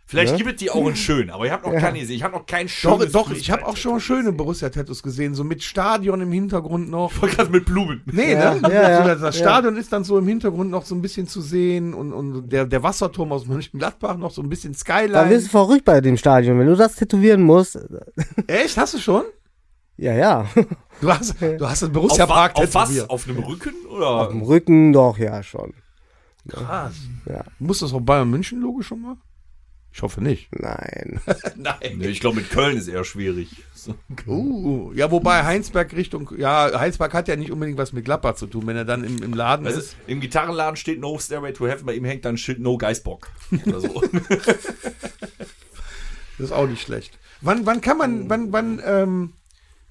Vielleicht gibt es die auch in schön, aber ich habe noch keine Idee. Ich habe noch kein
doch,
schönes
doch, ich habe auch
Fußball-Tattoo.
schon mal schöne Borussia-Tattoos gesehen, so mit Stadion im Hintergrund noch.
Voll krass mit Blumen.
Nee,
Ja,
ne?
ja, ja,
Also das, das
ja.
Stadion ist dann so im Hintergrund noch so ein bisschen zu sehen und, und der, der Wasserturm aus Mönchengladbach noch so ein bisschen
da
Skyline.
wirst du verrückt bei dem Stadion, wenn du das tätowieren musst.
Echt? Hast du schon?
Ja, ja.
Du hast, du hast einen
Auf,
Borussia
wa-
Park
auf was?
tätowiert.
Auf einem Rücken? Oder?
Am Rücken doch, ja, schon.
Krass.
Ja.
Muss das auf Bayern München Logo schon mal? Ich hoffe nicht.
Nein.
Nein.
Nee, ich glaube, mit Köln ist eher schwierig. So.
Uh, ja, wobei Heinsberg Richtung, ja, Heinsberg hat ja nicht unbedingt was mit Gladbach zu tun, wenn er dann im, im Laden
Also,
ist.
Im Gitarrenladen steht No Stairway to Heaven, bei ihm hängt dann ein Schild No Geistbock. Oder so.
Das ist auch nicht schlecht. Wann, wann kann man, wann, wann, ähm,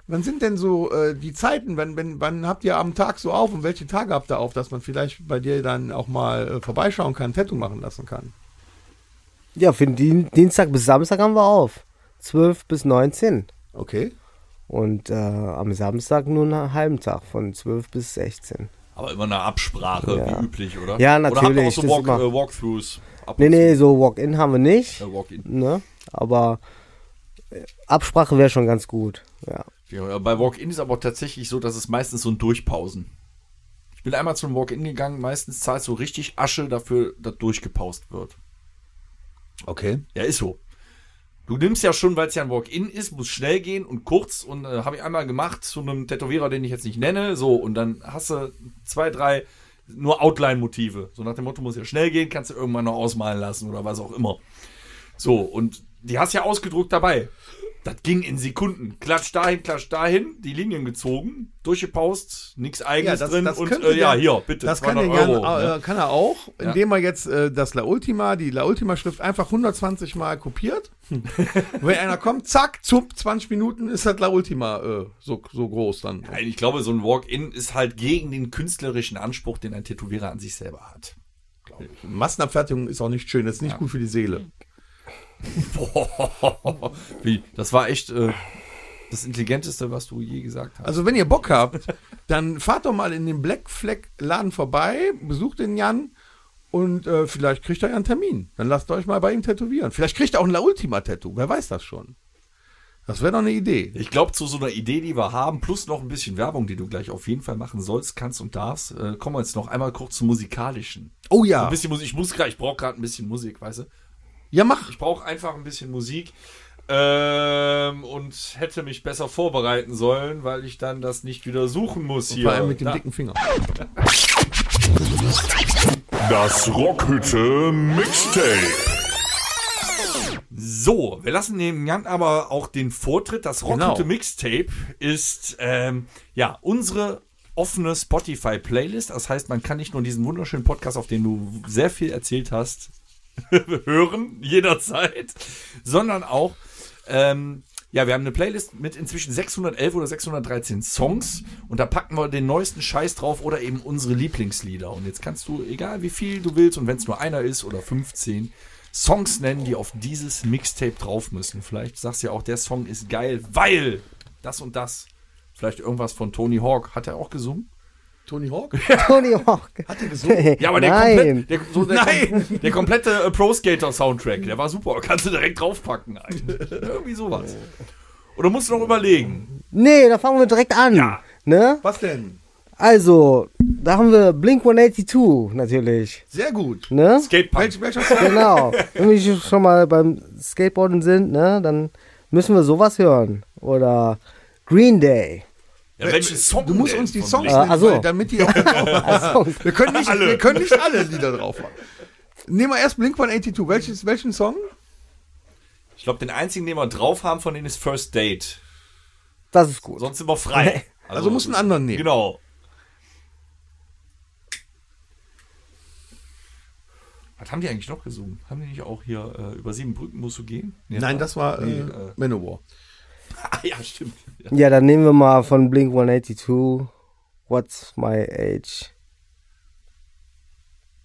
wann sind denn so äh, die Zeiten? Wann, wann, wann habt ihr am Tag so auf und welche Tage habt ihr auf, dass man vielleicht bei dir dann auch mal äh, vorbeischauen kann, Tattoo machen lassen kann?
Ja, für den Dien- Dienstag bis Samstag haben wir auf. 12 bis 19.
Okay.
Und äh, am Samstag nur einen halben Tag von 12 bis 16.
Aber immer eine Absprache,
Ja.
wie üblich, oder?
Ja,
Oder habt ihr auch
natürlich,
so
das
Walk,
immer.
äh, Walkthroughs? Ab
Nee,
und
nee, so Walk-In haben wir nicht.
zu. Äh, Walk-in.
Ne? Aber äh, Absprache wäre schon ganz gut. Ja.
Ja, bei Walk-In ist aber tatsächlich so, dass es meistens so ein Durchpausen. Ich bin einmal zum Walk-In gegangen, meistens zahlst du richtig Asche dafür, dass durchgepaust wird.
Okay.
Ja, ist so. Du nimmst ja schon, weil es ja ein Walk-In ist, muss schnell gehen und kurz. Und äh, habe ich einmal gemacht zu einem Tätowierer, den ich jetzt nicht nenne. So, und dann hast du zwei, drei nur Outline-Motive. So nach dem Motto, muss ja schnell gehen, kannst du irgendwann noch ausmalen lassen oder was auch immer. So, und die hast ja ausgedruckt dabei. Das ging in Sekunden. Klatsch dahin, klatsch dahin, die Linien gezogen, durchgepaust, nichts eigenes drin. und
könnte
äh, ja,
der-
hier, bitte,
Das kann,
200
der Jan,
Euro.
äh,
ne?
kann er auch, indem er jetzt äh, das La Ultima, die La Ultima-Schrift einfach 120 Mal kopiert. Und wenn einer kommt, zack, zupp, 20 Minuten ist das La Ultima äh, so, so groß dann.
Nein, ich glaube, so ein Walk-In ist halt gegen den künstlerischen Anspruch, den ein Tätowierer an sich selber hat.
Massenabfertigung ist auch nicht schön, das ist nicht gut für die Seele.
Boah, wie, das war echt äh, das Intelligenteste, was du je gesagt hast.
Also wenn ihr Bock habt, dann fahrt doch mal in den Black Flag Laden vorbei, besucht den Jan und äh, vielleicht kriegt er ja einen Termin. Dann lasst euch mal bei ihm tätowieren. Vielleicht kriegt er auch ein La Ultima Tattoo, wer weiß das schon. Das wäre doch eine Idee.
ich glaube, zu so einer Idee, die wir haben, plus noch ein bisschen Werbung, die du gleich auf jeden Fall machen sollst, kannst und darfst, äh, kommen wir jetzt noch einmal kurz zum Musikalischen.
Oh
Ein
ja.
bisschen Musik, ich muss gerade, ich brauche gerade ein bisschen Musik, weißt du?
Ja, mach.
Ich brauche einfach ein bisschen Musik ähm, und hätte mich besser vorbereiten sollen, weil ich dann das nicht wieder suchen muss hier.
Vor allem mit dem
Da-
dicken Finger.
Das Rockhütte Mixtape.
So, wir lassen dem Jan aber auch den Vortritt. Das Rockete
Genau.
Mixtape ist ähm, ja unsere offene Spotify-Playlist. Das heißt, man kann nicht nur diesen wunderschönen Podcast, auf den du sehr viel erzählt hast, hören, jederzeit, sondern auch, ähm, ja, wir haben eine Playlist mit inzwischen 611 oder 613 Songs und da packen wir den neuesten Scheiß drauf oder eben unsere Lieblingslieder. Und jetzt kannst du, egal wie viel du willst und wenn es nur einer ist oder 15, Songs nennen, die auf dieses Mixtape drauf müssen. Vielleicht sagst du ja auch, der Song ist geil, weil das und das. Vielleicht irgendwas von Tony Hawk. Hat er auch gesungen?
Tony Hawk?
Tony Hawk. Hat gesungen?
Ja, aber der,
Nein.
komplett, der, so der, der komplette äh, Pro Skater Soundtrack, der war super. Kannst du direkt draufpacken. eigentlich. Irgendwie sowas. Oder musst du noch überlegen.
Nee, da fangen wir direkt an. Ne?
Was denn?
Also, da haben wir Blink 182 natürlich.
Sehr gut.
Ne?
Skatepunk.
Welch, welcher Song?
Genau. Wenn wir schon mal beim Skateboarden sind, ne, dann müssen wir sowas hören. Oder Green Day.
Ja, welchen Song
Du musst
denn
uns die
von
Songs
Blink?
Ah,
nennen,
also.
weil, damit die auch
Ah.
Also,
wir, können nicht, wir können nicht alle Lieder drauf machen. Nehmen wir erst Blink-182. Welches, welchen Song?
Ich glaube, den einzigen, den wir drauf haben von denen ist First Date.
das ist gut.
Sonst sind wir frei.
Also musst einen anderen nehmen.
Genau. Was haben die eigentlich noch gesungen? Haben die nicht auch hier äh, über sieben Brücken musst du gehen? Nee,
Nein, das war äh,
Nee,
Manowar.
Ah, ja, stimmt. Ja.
Ja, dann nehmen wir mal von Blink 182. What's my age?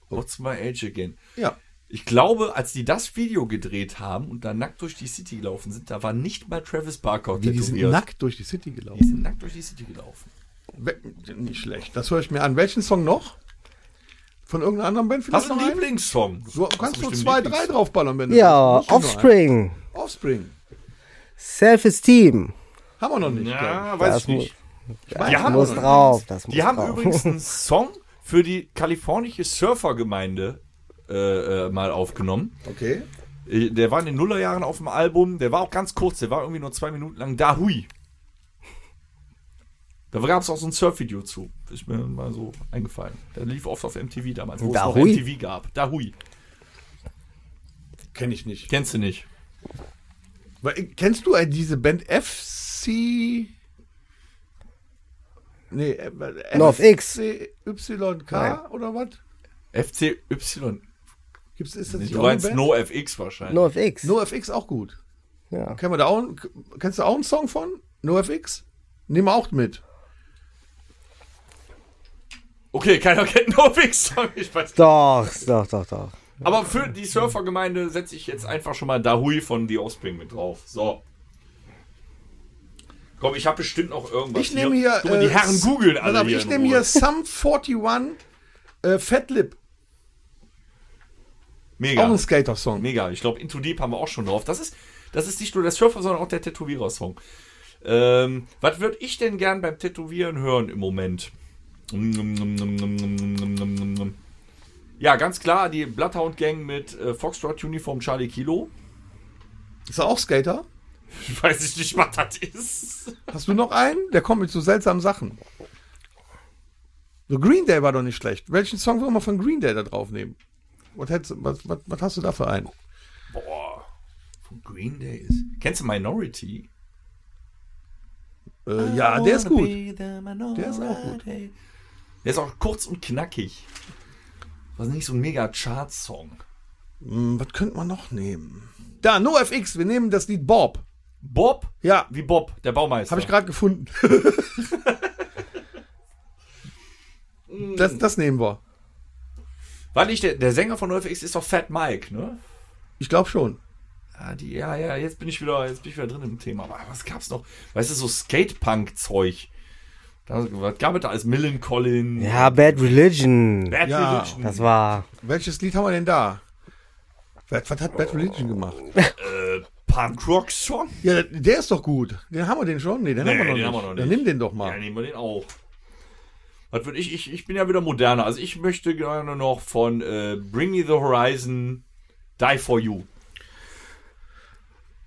What's my age again?
Ja.
Ich glaube, als die das Video gedreht haben und dann nackt durch die City gelaufen sind, da war nicht mal Travis Barker
Die, die sind
tätowiert.
nackt durch die City
Die
gelaufen.
sind nackt durch die City gelaufen.
We nicht schlecht. Das höre ich mir an. Welchen Song noch? Von irgendeiner anderen Band
Hast
vielleicht
du einen
noch einen?
Lieblingssong?
So,
Hast
kannst du
bestimmt
zwei,
einen
drei
Lieblingssong?
draufballern, wenn du
Ja,
willst. Muss nicht nur
Offspring.
einen. Offspring.
Self-Esteem.
Haben wir noch nicht. glaub
Ja, weiß
Das
ich nicht.
Das
haben-
muss drauf. Das muss
Die haben
drauf.
übrigens einen Song für die kalifornische Surfergemeinde äh, äh, mal aufgenommen.
ich. Okay.
Äh, Der war in den Nullerjahren auf dem Album. Der war auch ganz kurz. Der war irgendwie nur zwei Minuten lang. Da hui. Da gab es auch so ein Surf-Video zu. Ist mir mal so eingefallen. Der lief oft auf MTV damals, wo
Da
es noch
hui?
MTV gab. Da hui.
Kenne ich nicht.
Kennst du nicht?
Weil, äh, Kennst du äh, diese Band FC? Nee, äh, äh,
North X.
FCYK
Nein.
oder was?
FCY.
Gibt's, ist das nicht
Du
auch eine
meinst
Band?
NoFX wahrscheinlich.
NoFX.
NoFX auch gut.
ja.
Können wir da auch, kannst du auch einen Song von? NoFX? Nehmen wir auch mit.
Okay, keiner kennt NoFX. Ich weiß.
Doch, doch, doch, doch.
Aber für die Surfergemeinde setze ich jetzt einfach schon mal Dahui von The Offspring mit drauf. So. Komm, ich habe bestimmt noch irgendwas.
Ich nehme hier.
Guck mal, die
äh,
Herren googeln
pass
alle.
auf,
hier
ich
in
nehme
Ruhe.
hier Sum 41 äh, Fat Lip. Auch
Mega.
ein Skater-Song.
Mega. Ich glaube, Into Deep haben wir auch schon drauf. Das ist, das ist nicht nur der Surfer, sondern auch der Tätowierer-Song. Ähm, was würde ich denn gern beim Tätowieren hören im Moment? Ja, ganz klar, die Bloodhound Gang mit äh, Foxtrot Uniform Charlie Kilo.
Ist er auch Skater?
Weiß ich nicht, was das ist.
Hast du noch einen? Der kommt mit so seltsamen Sachen. So Green Day war doch nicht schlecht. Welchen Song wollen wir von Green Day da drauf nehmen? Was, hättest, was, was, was hast du da für einen?
Boah. Von Green Day ist. Kennst du Minority?
Äh, ja, der ist gut.
Der
Der ist auch gut.
Der ist auch kurz und knackig. Was nicht so ein mega Chart-Song.
Hm, was könnte man noch nehmen? Da, NoFX, wir nehmen das Lied Bob.
Bob?
Ja,
Wie Bob, der Baumeister.
habe ich gerade gefunden. das, das nehmen wir.
Weil ich, der, der Sänger von NoFX ist doch Fat Mike, ne?
Ich glaube schon.
Ja, die, ja, ja, jetzt bin ich wieder, jetzt bin ich wieder drin im Thema. Aber was gab's noch? Weißt du, so Skatepunk-Zeug. Da- Was gab es da als Millen Collin?
Ja, Bad Religion.
Bad
Ja.
Religion.
Das war.
Welches Lied haben wir denn da? Was, was hat Bad
Oh.
Religion gemacht?
ne, Punk-Rock-Song?
Ja, der- der ist doch gut. Den haben wir den schon? Nee, den, haben, wir noch
den
nicht.
haben wir noch
Dann
nicht.
nimm den doch mal.
Ja, nehmen wir den auch. Was würd ich, ich, ich bin ja wieder moderner. Also ich möchte gerne noch von äh, Bring Me the Horizon, Die for You.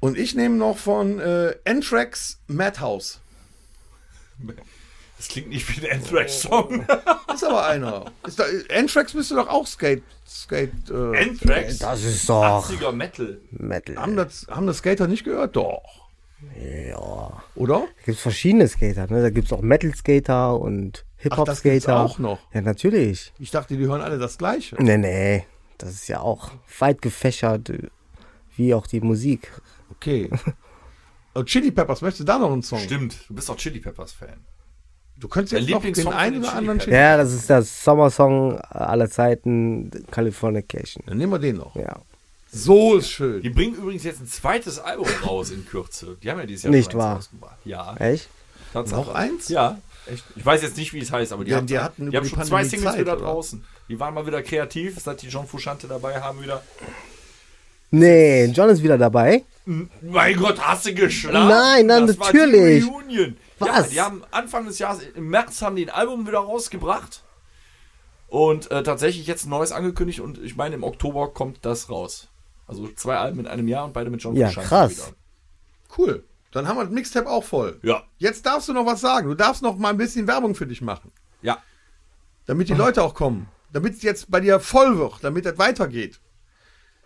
Und ich nehme noch von äh, Anthrax Madhouse.
Das klingt nicht wie ein Anthrax-Song.
Ist aber einer. Ist da, äh, Anthrax müsste doch auch Skate. Skate äh,
Anthrax?
Das ist doch
80er Metal.
haben,
Metal.
das, haben das Skater nicht gehört? Doch.
Ja.
Oder?
Da gibt's verschiedene Skater, ne? Da gibt's auch Metal-Skater
das
und
gibt's
Hip-Hop-Skater.
auch noch?
Ja, natürlich.
Ich dachte, die hören alle das Gleiche.
Nee, nee. Das ist ja auch weit gefächert, äh, wie auch die Musik.
Okay. Oh, Chili Peppers, möchtest du da noch einen Song?
Stimmt, du bist auch Chili Peppers Fan.
Du könntest
Der
jetzt noch den
Lieblingssong von
einen
den
oder
Chili
anderen
Peppers.
Chili
Ja, das ist der Sommersong aller Zeiten, Californication.
Dann nehmen wir den noch.
Ja.
So ist schön.
Die bringen übrigens jetzt ein zweites Album raus in Kürze. Die haben ja dieses Jahr
Nicht
schon eins
wahr.
rausgebracht. Ja,
Echt?
Tatsache.
Äh, Noch eins?
Ja, echt. Ich weiß jetzt nicht, wie es heißt, aber die,
Ja,
haben,
die hatten über
die haben
die
schon zwei
Pandemie
Singles
Zeit,
wieder
oder?
draußen. Die waren mal wieder kreativ, seit die John Frusciante dabei haben wieder.
Nee, John ist wieder dabei.
Mein Gott, hast du geschlafen?
Nein, nein,
das
natürlich.
War die Reunion. Ja,
Was?
die haben Anfang des Jahres, im März haben die ein Album wieder rausgebracht. Und äh, tatsächlich jetzt ein neues angekündigt und ich meine, im Oktober kommt das raus. Also zwei Alben in einem Jahr und beide mit John
Ja,
Frusciante
krass.
Cool. Dann haben wir das Mixtape auch voll.
wieder. Ja,
Jetzt darfst du noch was sagen. Du darfst noch mal ein bisschen Werbung für dich machen.
ja.
Damit die Leute auch kommen. Damit es jetzt bei dir voll wird. Damit das weitergeht.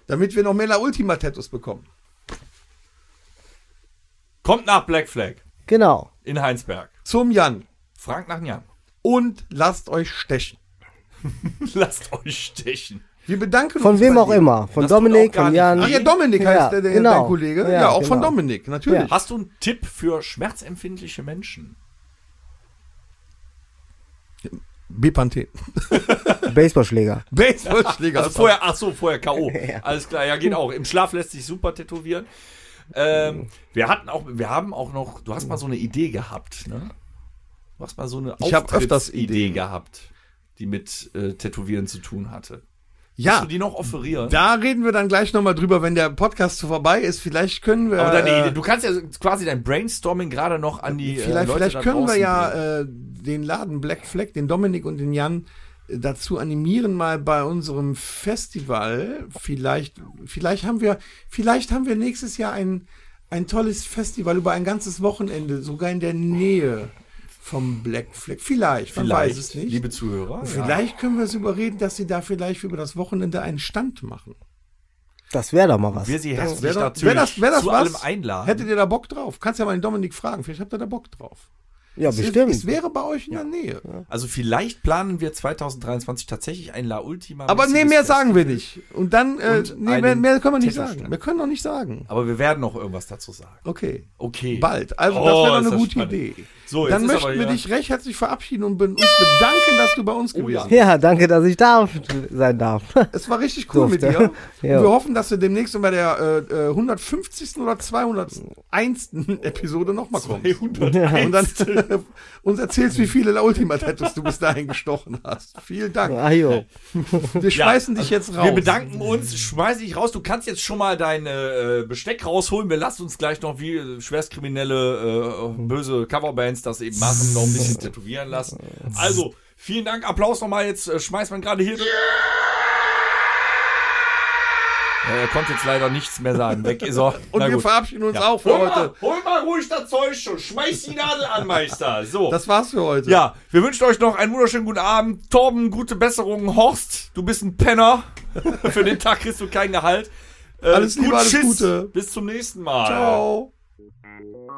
Damit wir noch mehr La Ultima-Tattoos bekommen.
Kommt nach Black Flag
Genau.
in Heinsberg.
Zum Jan.
Frank nach Njan.
Und lasst euch stechen.
Lasst euch stechen.
Wir bedanken
Von
uns.
wem
bei
auch
dir.
immer. Von
Das tut auch
Dominik,
gar
von
nicht.
Jan.
Ach ja, Dominik heißt der, der
genau.
dein Kollege. Ja, auch von
genau.
Dominik, natürlich.
Hast du einen Tipp für schmerzempfindliche Menschen?
Bepanthen.
Baseballschläger.
Baseballschläger.
Also vorher, ach so, vorher K.O. Alles klar, ja, geht auch. Im Schlaf lässt sich super tätowieren.
Mhm.
Ähm, wir hatten auch, wir haben auch noch, du hast mal so eine Idee gehabt, ne? Du hast mal so eine
Ich hab öfters
Idee
Ideen.
gehabt, die mit äh, Tätowieren zu tun hatte. Kannst
ja,
du die noch offerieren?
Ah. da reden wir dann gleich nochmal drüber, wenn der Podcast so vorbei ist. Vielleicht können wir.
Aber deine
äh,
Idee, du kannst ja quasi dein Brainstorming gerade noch an die äh,
Vielleicht,
Leute
vielleicht
da
können wir
draußen bringen.
ja äh, den Laden Black Flag, den Dominik und den Jan äh, dazu animieren, mal bei unserem Festival. Vielleicht, vielleicht haben wir, vielleicht haben wir nächstes Jahr ein, ein tolles Festival über ein ganzes Wochenende, sogar in der Nähe vom Black Flag. Vielleicht, vielleicht. äh, man weiß es nicht.
liebe Zuhörer. ja.
vielleicht können wir es überreden, dass sie da vielleicht über das Wochenende einen Stand machen.
Das wäre doch mal was.
Wir sie hässlich
Wäre das,
natürlich
wär das, wär das
zu
was?
allem einladen.
Hättet ihr da Bock drauf? Kannst ja mal den Dominik fragen. Vielleicht habt ihr da Bock drauf.
ja,
Es ist-
bestimmt.
Es wäre bei euch in der Nähe.
also vielleicht planen wir 2023 tatsächlich ein La Ultima.
Aber nee,
mäßiges
mehr
Fest.
sagen wir nicht. Und dann, äh,
Und
nee, mehr,
einen
mehr können wir nicht sagen.
Tetris-Stand.
Wir können noch nicht sagen.
Aber wir werden noch irgendwas dazu sagen.
Okay.
Okay.
Bald. Also, das
Oh,
wäre doch
ist
eine
das
gute
spannend.
Idee.
So, jetzt
dann
ist
möchten
aber
wir
ja- Oh
dich recht herzlich verabschieden und be uns bedanken, dass du bei uns gewesen bist.
ja, danke, dass ich da sein darf.
Es war richtig cool mit dir.
Durfte. Ja.
Wir hoffen, dass wir demnächst bei der äh, äh, 150. oder 201. Episode nochmal kommen. Und dann äh, uns erzählst, wie viele La Ultima Tattoos du bis dahin gestochen hast. Vielen Dank.
Ah, jo.
Wir schmeißen dich jetzt raus.
also Wir bedanken uns, schmeiß dich raus. Du kannst jetzt schon mal dein äh, Besteck rausholen. Wir lassen uns gleich noch wie äh, schwerstkriminelle, äh, böse Coverbands das eben machen, noch ein bisschen tätowieren lassen. Also, vielen Dank. Applaus nochmal. Jetzt äh, schmeißt man gerade hier. Ja, er konnte jetzt leider nichts mehr sagen. Weg ist er.
Und
Na
wir
gut. Oh.
verabschieden uns auch für
Hol mal,
heute.
hol mal ruhig das Zeug schon. Schmeiß die Nadel an, Meister. So.
Das war's für heute.
ja, wir wünschen euch noch einen wunderschönen guten Abend. Torben, gute Besserung. Horst, du bist ein Penner. Für den Tag kriegst du kein Gehalt. Äh,
Alles Liebe,
guten
alles Gute.
Bis zum nächsten Mal.
Ciao.